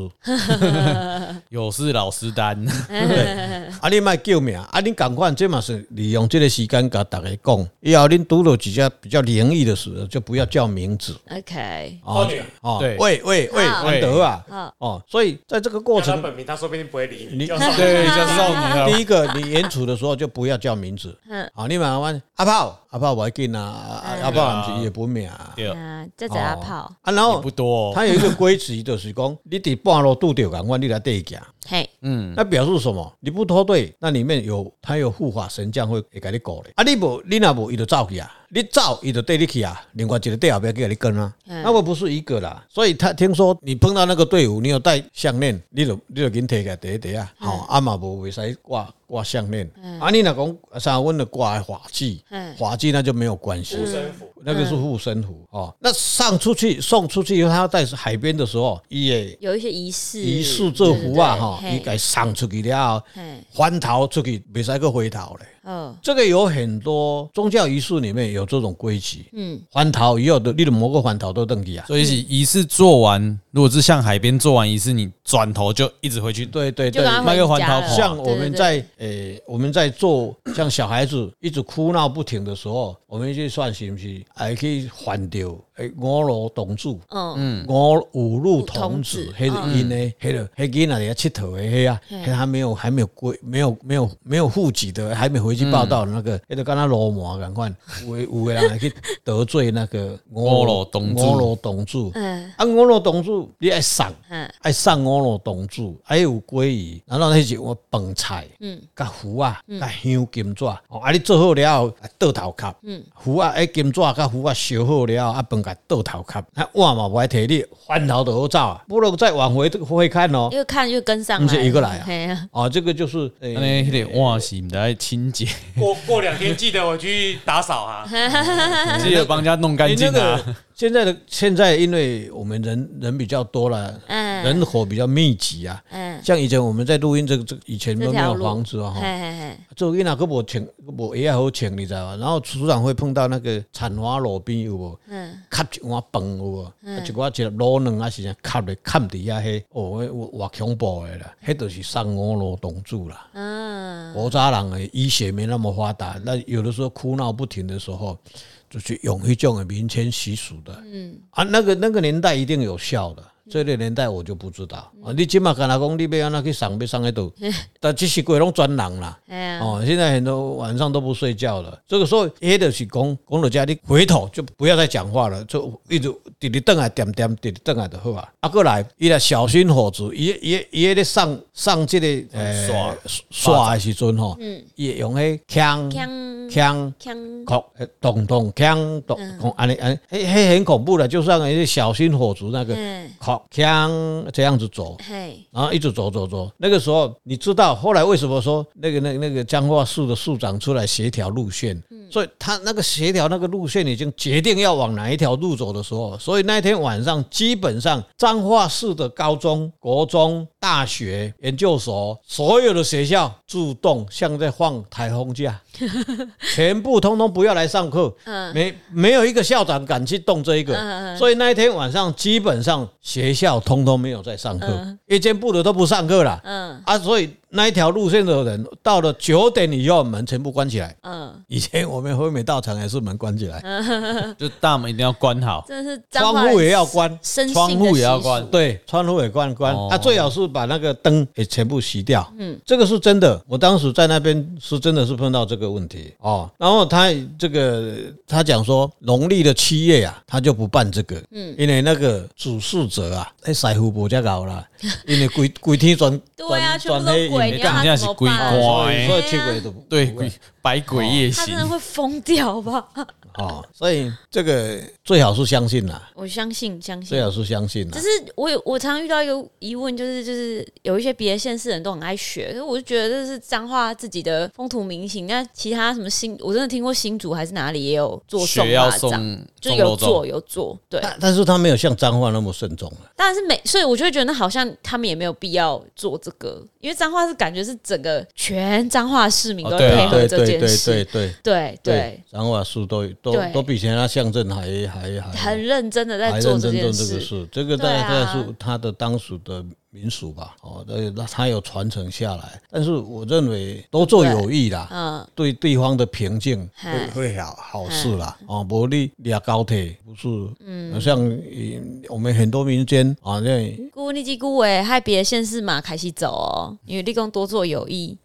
[SPEAKER 5] 有事老师担，
[SPEAKER 2] 啊你卖救命，啊你赶快这嘛是利用这个时间跟大家讲，以后恁读到几家比较灵异的时候，就不要叫名字
[SPEAKER 1] OK，
[SPEAKER 2] 啊哦
[SPEAKER 5] 对
[SPEAKER 2] 喂喂喂，
[SPEAKER 1] 好
[SPEAKER 2] 安德啊
[SPEAKER 1] 好，
[SPEAKER 2] 哦，所以在这个过
[SPEAKER 3] 叫
[SPEAKER 2] 程
[SPEAKER 3] 他。本名，他说不定不会理
[SPEAKER 2] 你
[SPEAKER 3] 你。叫什么
[SPEAKER 5] 对， 叫少女 啊
[SPEAKER 2] 第一个，你演出的时候就不要叫名字
[SPEAKER 1] 嗯，
[SPEAKER 2] 好，你马上阿炮，阿炮我紧啊啊，阿炮不是也不名啊，
[SPEAKER 5] 对，
[SPEAKER 1] 啊，这只阿炮，
[SPEAKER 2] 啊，然
[SPEAKER 5] 也
[SPEAKER 2] 后
[SPEAKER 5] 不 多哦，
[SPEAKER 2] 他有一个规矩，就是讲你伫半路拄着港湾，你来对行，
[SPEAKER 1] 嘿，
[SPEAKER 2] 那表示什么？你不脱队，那里面有他有护法神将会会给你顾咧。啊，你无你若无，伊就走去啊，你走伊就对你去啊，另外一个队后边给你跟啊，那我不是一个啦。所以他听说你碰到那个队伍，你有戴项链，你就你就给摕起来第一第啊，吼，啊嘛无袂使挂挂项链，啊你若讲啥，阮就挂法器
[SPEAKER 1] 嗯，
[SPEAKER 2] 法器那就没有关系。
[SPEAKER 3] 神符
[SPEAKER 2] 那个是护身符哦，那上出去送出去以后，他要在海边的时候，伊也
[SPEAKER 1] 有一些仪式，
[SPEAKER 2] 一束这符啊，哈，
[SPEAKER 1] 对
[SPEAKER 2] 伊
[SPEAKER 1] 对对
[SPEAKER 2] 该送出去了后，
[SPEAKER 1] 嘿，嘿，
[SPEAKER 2] 翻逃出去，袂使个回头嘞。
[SPEAKER 1] 哦，
[SPEAKER 2] 这个有很多宗教仪式里面有这种规矩，
[SPEAKER 1] 嗯，
[SPEAKER 2] 翻逃以后的，你的某个翻逃都登记啊。
[SPEAKER 5] 所以是仪式做完，如果是像海边做完仪式，你转头就一直回去，
[SPEAKER 2] 对对
[SPEAKER 1] 就
[SPEAKER 2] 对
[SPEAKER 1] 跟，他
[SPEAKER 5] 麦克
[SPEAKER 1] 回
[SPEAKER 5] 环
[SPEAKER 1] 家
[SPEAKER 5] 逃
[SPEAKER 1] 了
[SPEAKER 5] 跑
[SPEAKER 2] 像
[SPEAKER 1] 对
[SPEAKER 2] 我们
[SPEAKER 1] 对
[SPEAKER 2] 在诶，我们在做像小孩子一直哭闹不停的时候，我们去算是不是，哎还可以翻掉诶五路同柱。
[SPEAKER 1] 嗯，
[SPEAKER 2] 五五路童子
[SPEAKER 1] 童子，
[SPEAKER 2] 迄个因呢，迄个迄囡仔在佚佗的迄啊，
[SPEAKER 1] 嘿
[SPEAKER 2] 迄还没有还没有归，没有没有没有户籍的，还没回去报道的那个，迄个敢若罗马赶快，有的有的人还去得罪那个
[SPEAKER 5] 五路童子
[SPEAKER 2] 五路童子，
[SPEAKER 1] 嗯
[SPEAKER 2] 啊五路童子你爱送。
[SPEAKER 1] 嗯，
[SPEAKER 2] 爱送五路童子，还有鲑鱼，然后那是我饭菜，
[SPEAKER 1] 嗯
[SPEAKER 2] 嗯，甲符啊，甲香金纸，哦，啊你做好了后，啊倒头cap，嗯，符啊，哎金纸甲符啊烧好了后，啊饭甲倒头cap，啊碗嘛不爱摕你，翻头就好走啊，不如再往回回看哦，
[SPEAKER 1] 又看又跟上
[SPEAKER 2] 不是
[SPEAKER 1] 来，
[SPEAKER 2] 一个来啊
[SPEAKER 1] 嘿啊，
[SPEAKER 2] 哦，这个就是诶
[SPEAKER 5] 那那得哇是不得清 洁，
[SPEAKER 3] 过过两天记得我去打扫啊。
[SPEAKER 5] 记得帮人家弄干净
[SPEAKER 2] 那个
[SPEAKER 5] 啊。
[SPEAKER 2] 现在的现在，因为我们人人比较多了，
[SPEAKER 1] 嗯
[SPEAKER 2] 人口比较密集啊，
[SPEAKER 1] 嗯，
[SPEAKER 2] 像以前我们在录音这个这个以前
[SPEAKER 1] 这
[SPEAKER 2] 都没
[SPEAKER 1] 条
[SPEAKER 2] 有
[SPEAKER 1] 路
[SPEAKER 2] 房子啊，
[SPEAKER 1] 嘿
[SPEAKER 2] 哈。
[SPEAKER 1] 嘿嘿，
[SPEAKER 2] 做囡仔佫无穿，佫无鞋仔好穿，你知道吗？然后处长会碰到那个产花路边有无？
[SPEAKER 1] 嗯，
[SPEAKER 2] 盖一碗饭有无？啊，一寡一粒卤卵啊，是啥盖咧盖伫遐迄，哦，迄有偌恐怖诶啦！迄著是送五路同住啦。
[SPEAKER 1] 嗯，
[SPEAKER 2] 古早人诶医学没那么发达，那有的时候哭闹不停的时候，就是用迄种诶民间习俗的。嗯啊，那个那个年代一定有效的。这个年代我就不知道啊！你即马敢若讲你要安那去送，要送迄度，但即是鬼拢转人啦。
[SPEAKER 1] 哎呀，
[SPEAKER 2] 哦，现在很多晚上都不睡觉了。这个时候，也就是讲，讲到家，你回头就不要再讲话了，就一直直直等来点点，直直等来就好啊。啊，过来，伊来小心火烛，伊伊伊咧上上这个呃
[SPEAKER 5] 刷
[SPEAKER 2] 刷的时阵吼，伊会用迄枪
[SPEAKER 1] 锵
[SPEAKER 2] 枪。
[SPEAKER 1] 锵，
[SPEAKER 2] 咚咚咚锵咚咚，安尼安尼，嘿嘿，很恐怖的，就像那个小心火烛那个，
[SPEAKER 1] 嗯，
[SPEAKER 2] 锵这样子走，
[SPEAKER 1] 嘿，
[SPEAKER 2] 然后一直走走走。那个时候你知道，后来为什么说那个那那个彰化树的树长出来协调路线，所以他那个协调那个路线已经决定要往哪一条路走的时候，所以那天晚上基本上彰化市的高中、国中、大学、研究所所有的学校主动像在放台风假， 全部通通不要来上课，没没有一个校长敢去动这一
[SPEAKER 1] 嗯
[SPEAKER 2] 个，所以那一天晚上基本上学校通通没有在上课，夜间部的都不上课了，
[SPEAKER 1] 嗯
[SPEAKER 2] 啊，所以那一条路线的人到了九点以后门全部关起来。
[SPEAKER 1] 嗯，
[SPEAKER 2] 以前我们辉美道场也是门关起来，
[SPEAKER 5] 就大门一定要关好，
[SPEAKER 1] 真的是彰化
[SPEAKER 2] 窗户也要关，
[SPEAKER 1] 深信的
[SPEAKER 5] 窗户也要关
[SPEAKER 1] 习俗，
[SPEAKER 2] 对，窗户也关关、
[SPEAKER 5] 哦
[SPEAKER 2] 啊，最好是把那个灯也全部熄掉。嗯，这个是真的，我当时在那边是真的是碰到这个问题哦。然后他这个他讲说，农历的七月啊，他就不办这个，嗯，因为那个主事者啊，那师傅不加搞啦，因为规规天转
[SPEAKER 1] 对啊，全
[SPEAKER 2] 转
[SPEAKER 1] 部都
[SPEAKER 2] 黑啊
[SPEAKER 1] 鬼，你要
[SPEAKER 5] 干
[SPEAKER 1] 他怎么
[SPEAKER 5] 人家是
[SPEAKER 1] 办
[SPEAKER 5] 鬼？
[SPEAKER 1] 哦
[SPEAKER 2] 所以
[SPEAKER 5] 哎
[SPEAKER 2] 所以七鬼都不
[SPEAKER 5] 对，鬼百鬼夜
[SPEAKER 1] 他真
[SPEAKER 5] 行
[SPEAKER 1] 的，会疯掉吧？
[SPEAKER 2] 哦，所以这个最好是相信啦，
[SPEAKER 1] 我相信，相信
[SPEAKER 2] 最。好是相信啦
[SPEAKER 1] 只。是我有我常遇到一个疑问，就是就是是有一些别的县市人都很爱学，可是我就觉得这是彰化自己的风土民情。那其他什么新，我真的听过新竹还是哪里也有做送
[SPEAKER 5] 学要
[SPEAKER 1] 巴掌，
[SPEAKER 5] 送
[SPEAKER 1] 就
[SPEAKER 5] 送
[SPEAKER 1] 有
[SPEAKER 5] 肉
[SPEAKER 1] 做
[SPEAKER 5] 粽，
[SPEAKER 1] 有做，对，
[SPEAKER 2] 但但是他没有像彰化那么慎重了、
[SPEAKER 1] 当然是没，所以我就会觉得那好像他们也没有必要做这个，因为彰化是感觉是整个全彰化市民
[SPEAKER 5] 哦
[SPEAKER 1] 都
[SPEAKER 5] 对啊
[SPEAKER 1] 配合
[SPEAKER 2] 对
[SPEAKER 1] 这
[SPEAKER 2] 对
[SPEAKER 1] 件
[SPEAKER 2] 对
[SPEAKER 1] 事
[SPEAKER 2] 对，对
[SPEAKER 1] 对对，，
[SPEAKER 2] 彰化市都都
[SPEAKER 1] 对
[SPEAKER 2] 都比其他乡镇还还还
[SPEAKER 1] 很认真的在
[SPEAKER 2] 还
[SPEAKER 1] 做
[SPEAKER 2] 认
[SPEAKER 1] 这
[SPEAKER 2] 真
[SPEAKER 1] 件
[SPEAKER 2] 做这个
[SPEAKER 1] 事。
[SPEAKER 2] 事，这个
[SPEAKER 1] 对
[SPEAKER 2] 大概
[SPEAKER 1] 啊
[SPEAKER 2] 大概是他的当属的民俗吧，哦，那那他有传承下来，但是我认为都做有益啦，
[SPEAKER 1] 嗯，
[SPEAKER 2] 对地方的平静
[SPEAKER 1] 嗨
[SPEAKER 2] 会会好好事啦，哦，无你俩高铁不是，嗯，像呃我们很多民间啊，那
[SPEAKER 1] 姑你及姑伟害别的县市嘛开始走哦，因为立功多做有益。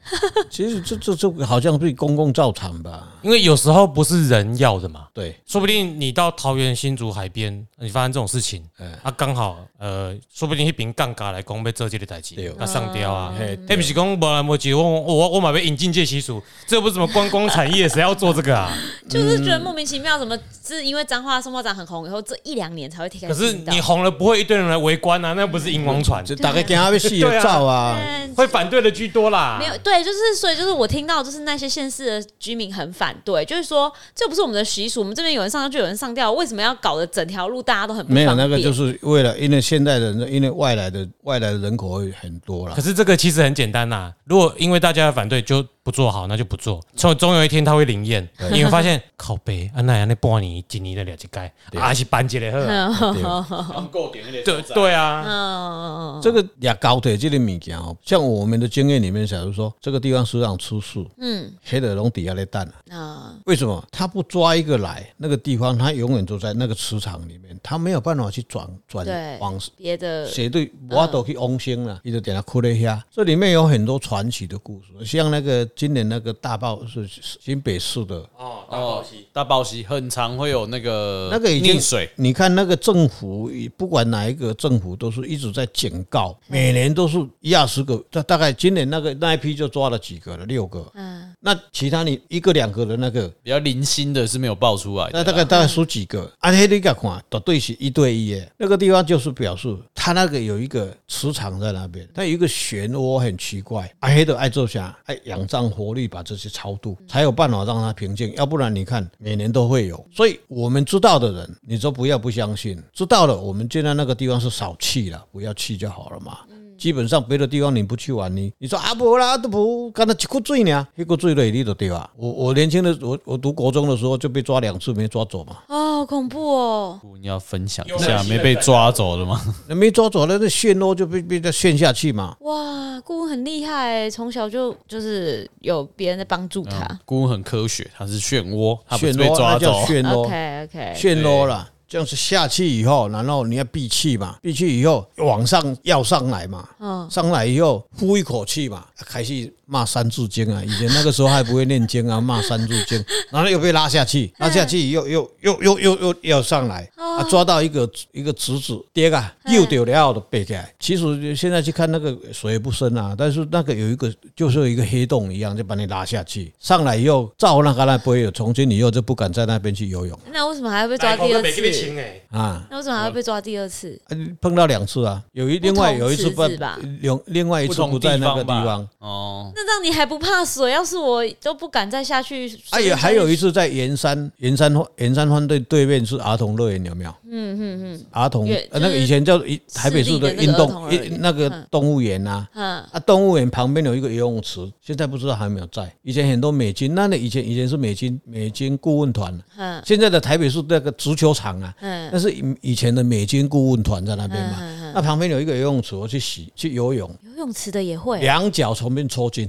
[SPEAKER 2] 其实这这这好像对公共造产吧，
[SPEAKER 3] 因为有时候不是人要的嘛，
[SPEAKER 2] 对，
[SPEAKER 1] 啊
[SPEAKER 3] 说不定你到桃园新竹海边，你发生这种事情，
[SPEAKER 2] 嗯
[SPEAKER 3] 啊，刚好呃，说不定一瓶杠杆来讲被这这的代
[SPEAKER 2] 对
[SPEAKER 3] 志
[SPEAKER 2] 哦，
[SPEAKER 3] 啊上吊啊，
[SPEAKER 2] 嘿
[SPEAKER 3] 那不是讲无来无去，我我我我买被引进这习俗，这不是什么观光产业，谁要做这个啊？
[SPEAKER 2] 嗯
[SPEAKER 1] 就是觉得莫名其妙，怎么是因为彰化松花长很红以后，这一两年才会提开
[SPEAKER 3] 可是
[SPEAKER 1] 始听到？
[SPEAKER 3] 你红了，不会一堆人来围观啊，那不是迎王船，
[SPEAKER 2] 这大概跟他们戏也照啊，
[SPEAKER 1] 但
[SPEAKER 3] 会反对的居多啦。
[SPEAKER 1] 没有对，就是所以就是我听到就是那些县市的居民很反对，就是说这不是我们的习俗，我们这边有人上吊就有人上吊，为什么要搞得整条路大家都很不
[SPEAKER 2] 没有
[SPEAKER 1] 方
[SPEAKER 2] 那个
[SPEAKER 1] 便
[SPEAKER 2] 就是为了，因为现在人因为外来的外来的人口会很多啦
[SPEAKER 3] 可。是这个其实很简单呐、如果因为大家的反对就不做好，那就不做。总总有一天他会灵验，你会发现靠北啊，那样那半年今年的了就该，
[SPEAKER 2] 对
[SPEAKER 3] 啊是班级的呵，
[SPEAKER 2] 对
[SPEAKER 4] 他们够点那个
[SPEAKER 3] 对对啊，
[SPEAKER 1] 嗯，
[SPEAKER 2] 这个俩高铁这类物件哦，像我们的经验里面，假如说这个地方市场出事，
[SPEAKER 1] 嗯
[SPEAKER 2] 黑的龙底下来蛋啊，
[SPEAKER 1] 啊，
[SPEAKER 2] 为什么他不抓一个来？那个地方他永远都在那个磁场里面，他没有办法去转转
[SPEAKER 1] 对
[SPEAKER 2] 往
[SPEAKER 1] 别的
[SPEAKER 2] 谁对我都去翁星了，一直点他哭了一下。这里面有很多传奇的故事，像那个今年那个大爆是是新北市的
[SPEAKER 4] 哦，大
[SPEAKER 5] 哦
[SPEAKER 4] 爆西，
[SPEAKER 5] 大报喜很常会有那个
[SPEAKER 2] 那个已经
[SPEAKER 5] 溺水，
[SPEAKER 2] 你看那个政府，不管哪一个政府，都是一直在警告，
[SPEAKER 5] 嗯
[SPEAKER 2] 每年都是一二十个，大大概今年那个那一批就抓了几个了，六个。
[SPEAKER 1] 嗯
[SPEAKER 2] 那其他你一个两个的那个，
[SPEAKER 5] 比较零星的是没有爆出来
[SPEAKER 2] 那
[SPEAKER 5] 的
[SPEAKER 2] 大
[SPEAKER 5] 啦。
[SPEAKER 2] 概大概数几个。啊，黑你甲看，绝对是一对一的。那个地方就是表示他那个有一个磁场在那边，它有一个漩涡，很奇怪。啊，黑的爱做啥？爱仰仗活力把这些超度，才有办法让它平静。要不然你看每年都会有。所以我们知道的人，你就不要不相信。知道了，我们现在那个地方是少气了，不要气就好了嘛。基本上别的地方你不去玩，你你说啊不啦都不，干那一股水呢，一股水了你就对啊。我我年轻的我我读国中的时候就被抓两次没抓走嘛，
[SPEAKER 1] 哦，好恐怖哦，
[SPEAKER 5] 你要分享一
[SPEAKER 4] 有
[SPEAKER 5] 下
[SPEAKER 4] 耐心
[SPEAKER 5] 没
[SPEAKER 4] 的
[SPEAKER 5] 被
[SPEAKER 4] 在
[SPEAKER 5] 抓走的吗？
[SPEAKER 2] 那没抓走那那漩涡就被被它陷下去嘛。
[SPEAKER 1] 哇，顾问很厉害，从小就就是有别人在帮助他。
[SPEAKER 2] 嗯
[SPEAKER 5] 姑很科学，它是漩涡，它不
[SPEAKER 2] 漩
[SPEAKER 5] 是被
[SPEAKER 2] 涡
[SPEAKER 5] 抓
[SPEAKER 2] 那叫
[SPEAKER 5] 走。
[SPEAKER 2] 漩涡，
[SPEAKER 1] OK OK，
[SPEAKER 2] 漩涡啦。这样子下去以后，然后你要闭气嘛，闭气以后往上要上来嘛，
[SPEAKER 1] 嗯，
[SPEAKER 2] 上来以后呼一口气嘛，开始骂《三字经》啊。以前那个时候还不会念经啊， 骂《三字经》，然后又被拉下去，拉下去又又又又又又又上来啊，抓到一个一个侄子，爹啊，又丢了的背起来。其实现在去看那个水也不深啊，但是那个有一个就是有一个黑洞一样，就把你拉下去。上来以后照那个那杯，从今以后就不敢在那边去游泳
[SPEAKER 1] 那为什么还要被抓第二次？
[SPEAKER 3] 哎，
[SPEAKER 2] 啊。
[SPEAKER 1] 那为什么还要被抓第二次？
[SPEAKER 2] 啊碰到两次啊，有一另外有一次
[SPEAKER 1] 不同池子吧
[SPEAKER 2] 另另外一次不在那个地
[SPEAKER 5] 不同地
[SPEAKER 2] 方
[SPEAKER 5] 方，哦，
[SPEAKER 1] 那让你还不怕水？要是我都不敢再下去。
[SPEAKER 2] 哎呀，还有一次在盐山，盐山盐山饭对对面是儿童乐园，有没有？嗯嗯嗯，儿童、
[SPEAKER 1] 也
[SPEAKER 2] 呃那个以前叫一台北市的运动
[SPEAKER 1] 市立的那个儿童乐
[SPEAKER 2] 一
[SPEAKER 1] 园
[SPEAKER 2] 那个动物园呐、啊。
[SPEAKER 1] 嗯，
[SPEAKER 2] 动物园旁边有一个游泳池，现在不知道还有没有在。以前很多美金，那那以前以前是美金美金顾问团，
[SPEAKER 1] 嗯
[SPEAKER 2] 现在的台北市那个足球场啊，
[SPEAKER 1] 嗯
[SPEAKER 2] 那是以以前的美金顾问团在那边
[SPEAKER 1] 嗯
[SPEAKER 2] 嘛。那旁边有一个游泳池，我去洗去游泳，
[SPEAKER 1] 游泳池的也会啊
[SPEAKER 2] 两脚从边抽筋，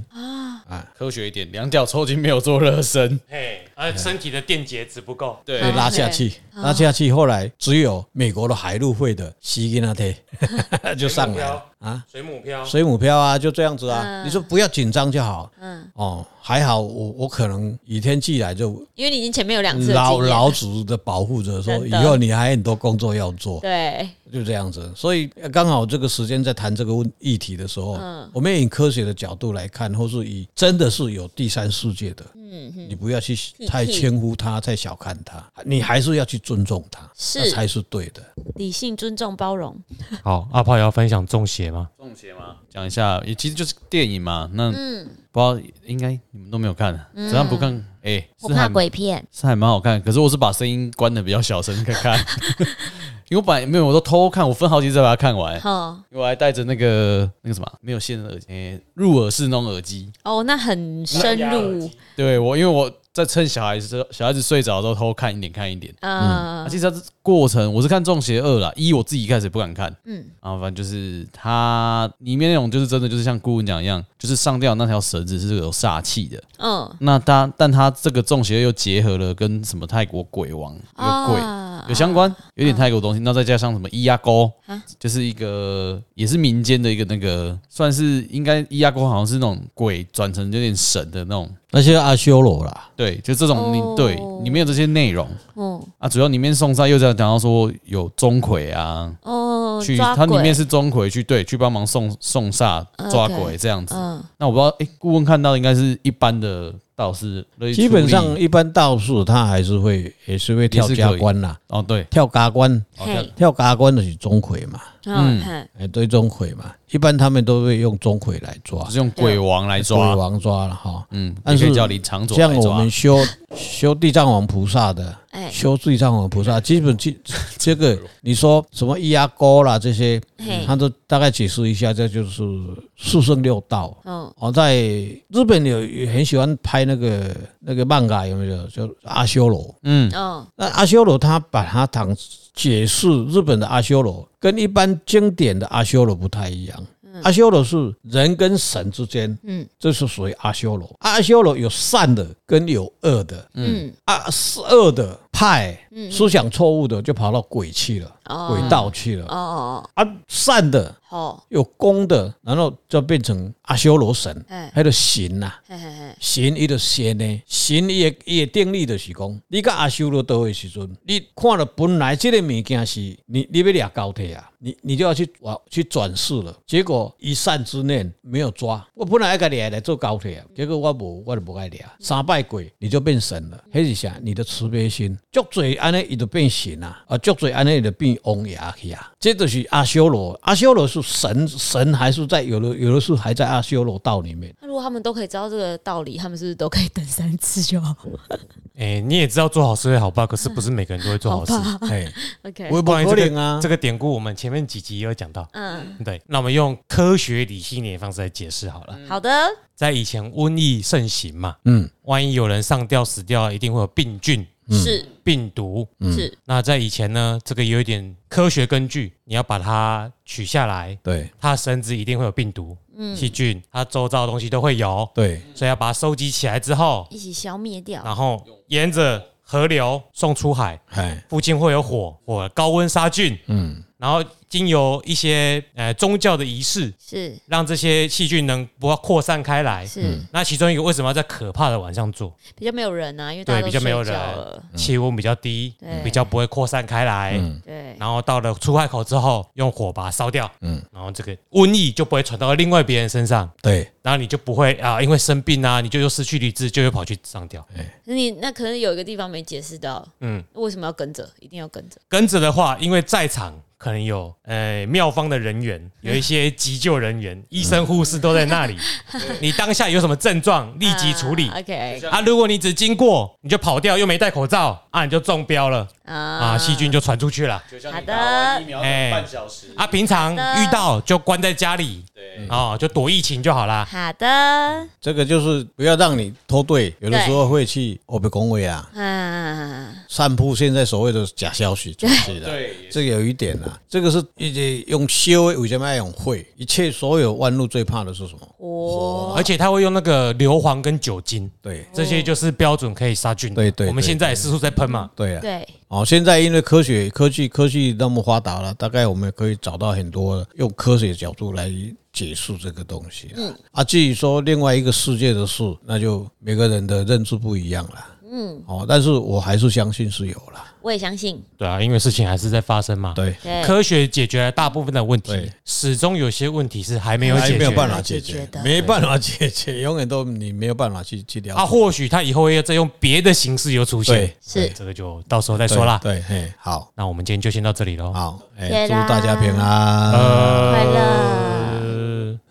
[SPEAKER 5] 科学一点，两脚抽筋没有做 热身，
[SPEAKER 3] 嘿，
[SPEAKER 2] 嗯
[SPEAKER 3] 而身体的电解质不够，
[SPEAKER 5] 对
[SPEAKER 2] 被拉下去，
[SPEAKER 1] 啊
[SPEAKER 2] 拉下去，后来只有美国的海陆会的西吉那 特就上来了啊，
[SPEAKER 3] 水母漂，
[SPEAKER 2] 水母漂啊，就这样子啊，
[SPEAKER 1] 嗯
[SPEAKER 2] 你说不要紧张就好。
[SPEAKER 1] 嗯，
[SPEAKER 2] 哦，还好我我可能以天气来就
[SPEAKER 1] 因为你已经前面有两次的
[SPEAKER 2] 老
[SPEAKER 1] 经验
[SPEAKER 2] 老祖的保护着，说
[SPEAKER 1] 啊真
[SPEAKER 2] 以
[SPEAKER 1] 的
[SPEAKER 2] 后你还很多工作要做，
[SPEAKER 1] 对，
[SPEAKER 2] 就这样子。所以呃刚好这个时间在谈这个问
[SPEAKER 1] 嗯
[SPEAKER 2] 议题的时候，我们也以科学的角度来看，或是以真的是有第三世界的，
[SPEAKER 1] 嗯哼，
[SPEAKER 2] 你不要去
[SPEAKER 1] 体
[SPEAKER 2] 太
[SPEAKER 1] 贴
[SPEAKER 2] 轻忽他，太小看他，你还是要去尊重他，
[SPEAKER 1] 是
[SPEAKER 2] 那才是对的。
[SPEAKER 1] 理性、尊重、包容，
[SPEAKER 3] 好，阿炮也要分享中邪吗？
[SPEAKER 4] 中邪吗？
[SPEAKER 5] 讲一下，也其实就是电影嘛。那
[SPEAKER 1] 嗯，
[SPEAKER 5] 不知道应该你们都没有看，怎样不看？哎、
[SPEAKER 1] 我
[SPEAKER 5] 是
[SPEAKER 1] 怕
[SPEAKER 5] 还
[SPEAKER 1] 鬼片，
[SPEAKER 5] 是还蛮好看，可是我是把声音关的比较小声看 看，因为我本来没有，我都偷看，我分好几次把它看完，
[SPEAKER 1] 哈，
[SPEAKER 5] 因为我还戴着那个那个什么啊没有线的耳机、诶入耳式那种耳机。
[SPEAKER 1] 哦，那很深入，
[SPEAKER 5] 对我，因为我在趁小孩子小孩子睡着的时候偷看一点看一点。啊，
[SPEAKER 1] 嗯
[SPEAKER 5] 其实它这过程我是看《中邪二》啦，一我自己一开始也不敢看，
[SPEAKER 1] 嗯，
[SPEAKER 5] 啊，反正就是它里面那种就是真的就是像顾问讲一样，就是上吊那条绳子是有煞气的。
[SPEAKER 1] 嗯，
[SPEAKER 5] 那它但它这个《中邪二》又结合了跟什么泰国鬼王那个鬼。
[SPEAKER 1] 啊
[SPEAKER 5] 有相关，有点泰国东西，那再加上什么伊压沟
[SPEAKER 1] 啊，
[SPEAKER 5] 就是一个也是民间的一个那个，算是应该伊压沟好像是那种鬼转成有点神的那种，
[SPEAKER 2] 那些阿修罗啦，
[SPEAKER 5] 对，就这种
[SPEAKER 1] 哦
[SPEAKER 5] 你对里面有这些内容
[SPEAKER 1] 哦
[SPEAKER 5] 啊，主要里面宋山又在讲到说有钟馗啊，
[SPEAKER 1] 哦，
[SPEAKER 5] 去
[SPEAKER 1] 抓
[SPEAKER 5] 它里
[SPEAKER 1] 鬼啊
[SPEAKER 5] 面是钟馗去对去帮忙送送煞抓
[SPEAKER 1] OK
[SPEAKER 5] 鬼这样子，
[SPEAKER 1] 嗯
[SPEAKER 5] 那我不知道诶，顾问看到应该是一般的道士，
[SPEAKER 2] 基本
[SPEAKER 5] 乐
[SPEAKER 2] 上
[SPEAKER 5] 意处理
[SPEAKER 2] 一般道士他还是会也是会跳
[SPEAKER 5] 也是可以
[SPEAKER 2] 加关啦，
[SPEAKER 5] 哦对，
[SPEAKER 2] 跳嘎关，
[SPEAKER 1] 嘿，
[SPEAKER 2] 跳嘎关的是钟馗嘛，
[SPEAKER 1] 嗯嘿，
[SPEAKER 2] 哎，对钟馗嘛，一般他们都会用钟馗来抓
[SPEAKER 5] 就是，用鬼
[SPEAKER 1] 啊
[SPEAKER 5] 王来
[SPEAKER 2] 鬼
[SPEAKER 5] 抓，
[SPEAKER 2] 王抓了哈。
[SPEAKER 5] 嗯，
[SPEAKER 2] 但
[SPEAKER 5] 也可
[SPEAKER 2] 是
[SPEAKER 5] 以叫林长佐
[SPEAKER 2] 像
[SPEAKER 5] 来啊
[SPEAKER 2] 我
[SPEAKER 5] 抓
[SPEAKER 2] 们。修修地藏王菩萨的，
[SPEAKER 1] 哎
[SPEAKER 2] 修地藏王菩萨，基本这这个你说什么一压锅啦这些，嗯
[SPEAKER 1] 嘿，
[SPEAKER 2] 他都大概解释一下，这就是四圣六道。
[SPEAKER 1] 嗯
[SPEAKER 2] 哦，在日本有有很喜欢拍那个那个漫画，有没有？叫阿修罗。
[SPEAKER 5] 嗯，
[SPEAKER 1] 嗯
[SPEAKER 2] 那阿修罗他把它当解释日本的阿修罗跟一般经典的阿修罗不太一样。阿修罗是人跟神之间，
[SPEAKER 1] 嗯
[SPEAKER 2] 这是属于阿修罗。阿修罗有善的跟有恶的，
[SPEAKER 1] 嗯，
[SPEAKER 2] 啊，是恶的派，思想错误的就跑到鬼去了，
[SPEAKER 1] 哦
[SPEAKER 2] 鬼道去了。
[SPEAKER 1] 哦
[SPEAKER 2] 啊，善的
[SPEAKER 1] 哦哦，
[SPEAKER 2] 有功的，然后就变成阿修罗神，
[SPEAKER 1] 哎
[SPEAKER 2] 还有神呐、啊。
[SPEAKER 1] 嘿嘿嘿，
[SPEAKER 2] 神伊的神呢，神伊的伊的定律就是讲，你甲阿修罗道的时阵，你看了本来这个物件是你你要掠高铁啊，你你就要去转去转世了。结果一善之念没有抓，我本来要甲掠来做高铁啊，结果我无我就无爱掠，三拜鬼你就变神了，迄是啥？你的慈悲心，足侪安尼伊就变神啊，啊足侪安尼伊就变王爷去啊，这就是阿修罗。阿修罗是神，神还是在有的有的是还在阿修罗道里面。
[SPEAKER 1] 那如果他们都可以知道这个道理，他们是不是都可以等三次就好
[SPEAKER 3] 哎、你也知道做好事会好报，可是不是每个人都会做好事。
[SPEAKER 2] 哎。
[SPEAKER 1] ？OK，
[SPEAKER 2] 我也不
[SPEAKER 3] 不然
[SPEAKER 2] 可
[SPEAKER 3] 这
[SPEAKER 2] 能
[SPEAKER 3] 个、
[SPEAKER 2] 啊
[SPEAKER 3] 这。个典故，我们前面几集也有讲到。
[SPEAKER 1] 嗯，
[SPEAKER 3] 对，那我们用科学理性一点的方式来解释好了。
[SPEAKER 1] 好的，
[SPEAKER 3] 在以前瘟疫盛行嘛，
[SPEAKER 2] 嗯，
[SPEAKER 3] 万一有人上吊死掉，一定会有病菌、
[SPEAKER 1] 是
[SPEAKER 3] 病毒。
[SPEAKER 1] 是，
[SPEAKER 3] 那在以前呢，这个有一点科学根据，你要把它取下来，
[SPEAKER 2] 对
[SPEAKER 3] 它的绳子一定会有病毒、细菌，它周遭的东西都会有，
[SPEAKER 2] 对，
[SPEAKER 3] 所以要把它收集起来之后，
[SPEAKER 1] 一起消灭掉。
[SPEAKER 3] 然后沿着河流送出海，
[SPEAKER 2] 哎，
[SPEAKER 3] 附近会有火，火高温杀菌，
[SPEAKER 2] 嗯，
[SPEAKER 3] 然后经由一些呃宗教的仪式，
[SPEAKER 1] 是
[SPEAKER 3] 让这些细菌能不要扩散开来。
[SPEAKER 1] 是，
[SPEAKER 3] 那其中一个为什么要在可怕的晚上做？
[SPEAKER 1] 比较没有人啊，因为大家
[SPEAKER 3] 对，
[SPEAKER 1] 都
[SPEAKER 3] 比较没有
[SPEAKER 1] 睡
[SPEAKER 3] 人
[SPEAKER 1] 觉了，
[SPEAKER 3] 气温比较低
[SPEAKER 1] 对，
[SPEAKER 3] 比较不会扩散开来。
[SPEAKER 1] 对，
[SPEAKER 3] 然后到了出海口之后，用火把它烧掉，
[SPEAKER 2] 嗯
[SPEAKER 3] 嗯，然后这个瘟疫就不会传到另外别人身上，
[SPEAKER 2] 对，
[SPEAKER 3] 然后你就不会啊，因为生病啊，你就又失去理智，就又跑去上吊。
[SPEAKER 1] 那你那可能有一个地方没解释到，嗯
[SPEAKER 3] 嗯，
[SPEAKER 1] 为什么要跟着？一定要跟着？
[SPEAKER 3] 跟着的话，因为在场可能有呃妙方的人 员，有一些急救人员、医生、护士都在那 里。你当下有什么症状，立即处理
[SPEAKER 1] 啊。OK
[SPEAKER 3] 啊，如果你只经过，你就跑掉，又没戴口罩，啊，你就中标了
[SPEAKER 1] 啊
[SPEAKER 3] 啊，细菌就传出去了。
[SPEAKER 4] 就像
[SPEAKER 1] 好
[SPEAKER 4] 你
[SPEAKER 1] 的哎
[SPEAKER 4] 打完疫苗等半小时，
[SPEAKER 3] 啊，平常遇到就关在家里
[SPEAKER 4] 对，
[SPEAKER 3] 哦，就躲疫情就好啦。
[SPEAKER 1] 好的，
[SPEAKER 2] 这个就是不要让你脱队，有的时候会去我被恭维啊，
[SPEAKER 1] 啊，
[SPEAKER 2] 散布现在所谓的假消息出去的。
[SPEAKER 4] 对，
[SPEAKER 2] 这个有一点啊，这个是一直用修，为什么要用会？一切所有万物最怕的是什么？
[SPEAKER 1] 我
[SPEAKER 3] 而且他会用那个硫磺跟酒精，
[SPEAKER 2] 对
[SPEAKER 3] 这些就是标准可以杀菌的。
[SPEAKER 2] 对对
[SPEAKER 3] 我们
[SPEAKER 2] 对
[SPEAKER 3] 现在也四处在喷嘛。
[SPEAKER 2] 对啊，
[SPEAKER 1] 对
[SPEAKER 2] 哦，现在因为科学、科技、科技那么发达了，大概我们可以找到很多用科学角度来解释这个东啊西。嗯，啊，至于说另外一个世界的事，那就每个人的认知不一样了。嗯，嗯，哦，但是我还是相信是有啦。
[SPEAKER 1] 我也相信，
[SPEAKER 3] 对啊，因为事情还是在发生嘛。
[SPEAKER 2] 对，
[SPEAKER 1] 对，
[SPEAKER 3] 科学解决了大部分的问题
[SPEAKER 2] 对，
[SPEAKER 3] 始终有些问题是还没有
[SPEAKER 2] 还
[SPEAKER 3] 解决，
[SPEAKER 2] 没有办法
[SPEAKER 1] 解
[SPEAKER 2] 解
[SPEAKER 1] 决
[SPEAKER 2] 决
[SPEAKER 1] 的，
[SPEAKER 2] 没办法解决， 永远都你没有办法去去了解。
[SPEAKER 3] 啊，或许他以后要再用别的形式又出现
[SPEAKER 2] 对，
[SPEAKER 1] 是
[SPEAKER 3] 这个就到时候再说啦。
[SPEAKER 2] 对，对嘿，好
[SPEAKER 3] 那我们今天就先到这里喽。
[SPEAKER 2] 好，哎
[SPEAKER 1] 谢谢，
[SPEAKER 2] 祝
[SPEAKER 1] 啦
[SPEAKER 2] 大家平安。
[SPEAKER 1] 快
[SPEAKER 3] 呃，
[SPEAKER 1] 乐。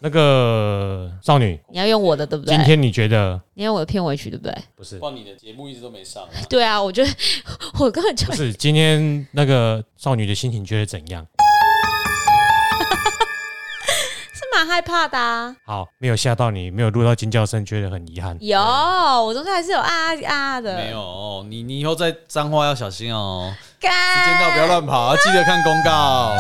[SPEAKER 3] 那个少女，
[SPEAKER 1] 你要用我的对不对
[SPEAKER 3] 今？天你觉得
[SPEAKER 1] 你要用我的片尾曲对不对？
[SPEAKER 3] 不是
[SPEAKER 4] 不然你的节目一直都没上啊。
[SPEAKER 1] 对啊，我觉得 我根本就
[SPEAKER 3] 不是今天那个少女的心情觉得怎样？
[SPEAKER 1] 是蛮害怕的啊。
[SPEAKER 3] 好，没有吓到你，没有录到尖叫声，觉得很遗憾。
[SPEAKER 1] 有，我中间还是有啊啊啊的。
[SPEAKER 5] 没有，哦，你你以后在脏话要小心哦，时间到不要
[SPEAKER 1] 干。
[SPEAKER 5] 乱跑，啊记得看公 告。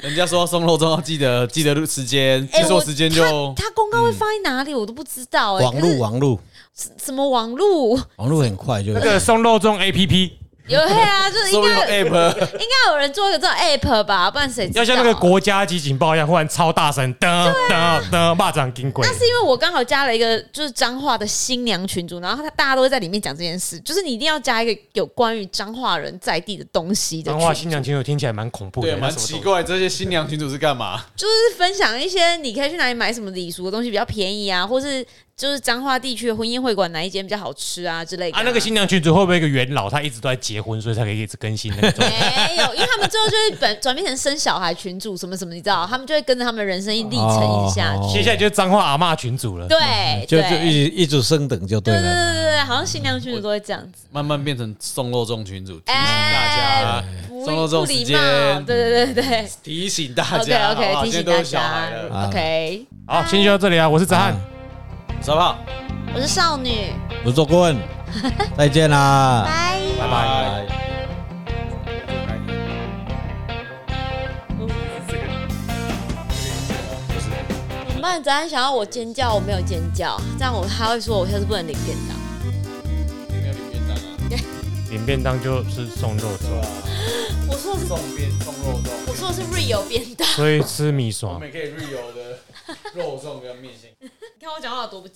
[SPEAKER 5] 人家说送肉粽要记得记得录时间，
[SPEAKER 1] 哎
[SPEAKER 5] 记错时间就
[SPEAKER 1] 我他他公
[SPEAKER 3] 嗯
[SPEAKER 1] 告会放在哪里，我都不知道哎。
[SPEAKER 2] 网
[SPEAKER 1] 可
[SPEAKER 2] 路，
[SPEAKER 1] 是
[SPEAKER 3] 啊
[SPEAKER 2] 网路，
[SPEAKER 1] 什么网路？
[SPEAKER 2] 网路很快就
[SPEAKER 3] 那个送肉粽 A P P
[SPEAKER 1] 有对啊，就是应
[SPEAKER 5] 送肉
[SPEAKER 1] 该
[SPEAKER 5] app
[SPEAKER 1] 应该有人做一个这种 app 吧，不然谁知道啊
[SPEAKER 3] 要像那个国家级警报一样，忽然超大声，噔噔噔，蚂蚱金鬼
[SPEAKER 1] 啊那。是因为我刚好加了一个就是彰化的新娘群组，然后他大家都会在里面讲这件事，就是你一定要加一个有关于彰化人在地的东西的
[SPEAKER 3] 脏
[SPEAKER 1] 群
[SPEAKER 3] 话
[SPEAKER 1] 组，
[SPEAKER 3] 新娘群友听起来蛮恐怖的，
[SPEAKER 5] 对，
[SPEAKER 3] 那
[SPEAKER 5] 蛮
[SPEAKER 3] 什么
[SPEAKER 5] 奇
[SPEAKER 3] 东西。
[SPEAKER 5] 怪，这些新娘群主是干嘛？
[SPEAKER 1] 就是分享一些你可以去哪里买什么礼俗的东西比较便宜啊，或是就是彰化地区的婚宴会馆哪一间比较好吃啊之类的
[SPEAKER 3] 啊，那个新娘群主会不会一个元老，他一直都在结婚，所以才可以一直更新那 个状态？
[SPEAKER 1] 没有，因为他们最后就会转转变成生小孩群组什么什么，你知道，他们就会跟着他们的人生一历程一下去。
[SPEAKER 2] 哦
[SPEAKER 3] 接下来就是脏话阿嬷群主了。
[SPEAKER 1] 对，
[SPEAKER 2] 就就一
[SPEAKER 1] 对，嗯
[SPEAKER 2] 直一直升等就对
[SPEAKER 1] 对对对
[SPEAKER 2] 了。
[SPEAKER 1] 对对，好像新娘群组都会这样子。
[SPEAKER 5] 慢慢变成送肉粽群主，提醒大
[SPEAKER 1] 哎
[SPEAKER 5] 家，，
[SPEAKER 1] 不
[SPEAKER 5] 送到这
[SPEAKER 1] 不
[SPEAKER 5] 种
[SPEAKER 1] 礼
[SPEAKER 5] 时
[SPEAKER 1] 貌
[SPEAKER 5] 间，
[SPEAKER 1] 对对对对
[SPEAKER 5] 提醒大
[SPEAKER 1] ，OK
[SPEAKER 5] 家
[SPEAKER 1] OK，
[SPEAKER 5] 好不好
[SPEAKER 1] 提
[SPEAKER 5] 现
[SPEAKER 1] 醒
[SPEAKER 5] 在都
[SPEAKER 1] 大
[SPEAKER 5] 有小孩了，
[SPEAKER 1] 家，OK，
[SPEAKER 3] 好，先就到这里啊！我是子翰，
[SPEAKER 5] 小胖，
[SPEAKER 1] 我是少女，
[SPEAKER 2] 我做顾问，再见啦。
[SPEAKER 1] 拜。
[SPEAKER 3] 拜
[SPEAKER 5] 拜
[SPEAKER 3] 拜。
[SPEAKER 5] 拜。
[SPEAKER 1] 你们早上想要我尖叫，我没有尖叫，这样我他会说我下次不能领便当。
[SPEAKER 4] 有没有领便当啊？
[SPEAKER 3] 领便当就是送肉 粽，
[SPEAKER 1] 我说的是
[SPEAKER 4] 送便送肉粽，
[SPEAKER 1] 我说的是 real 便当，
[SPEAKER 3] 所以吃米
[SPEAKER 4] 我
[SPEAKER 3] 爽。
[SPEAKER 4] 们也可以 real 的肉粽跟面线。
[SPEAKER 1] 你看我讲话有多不吉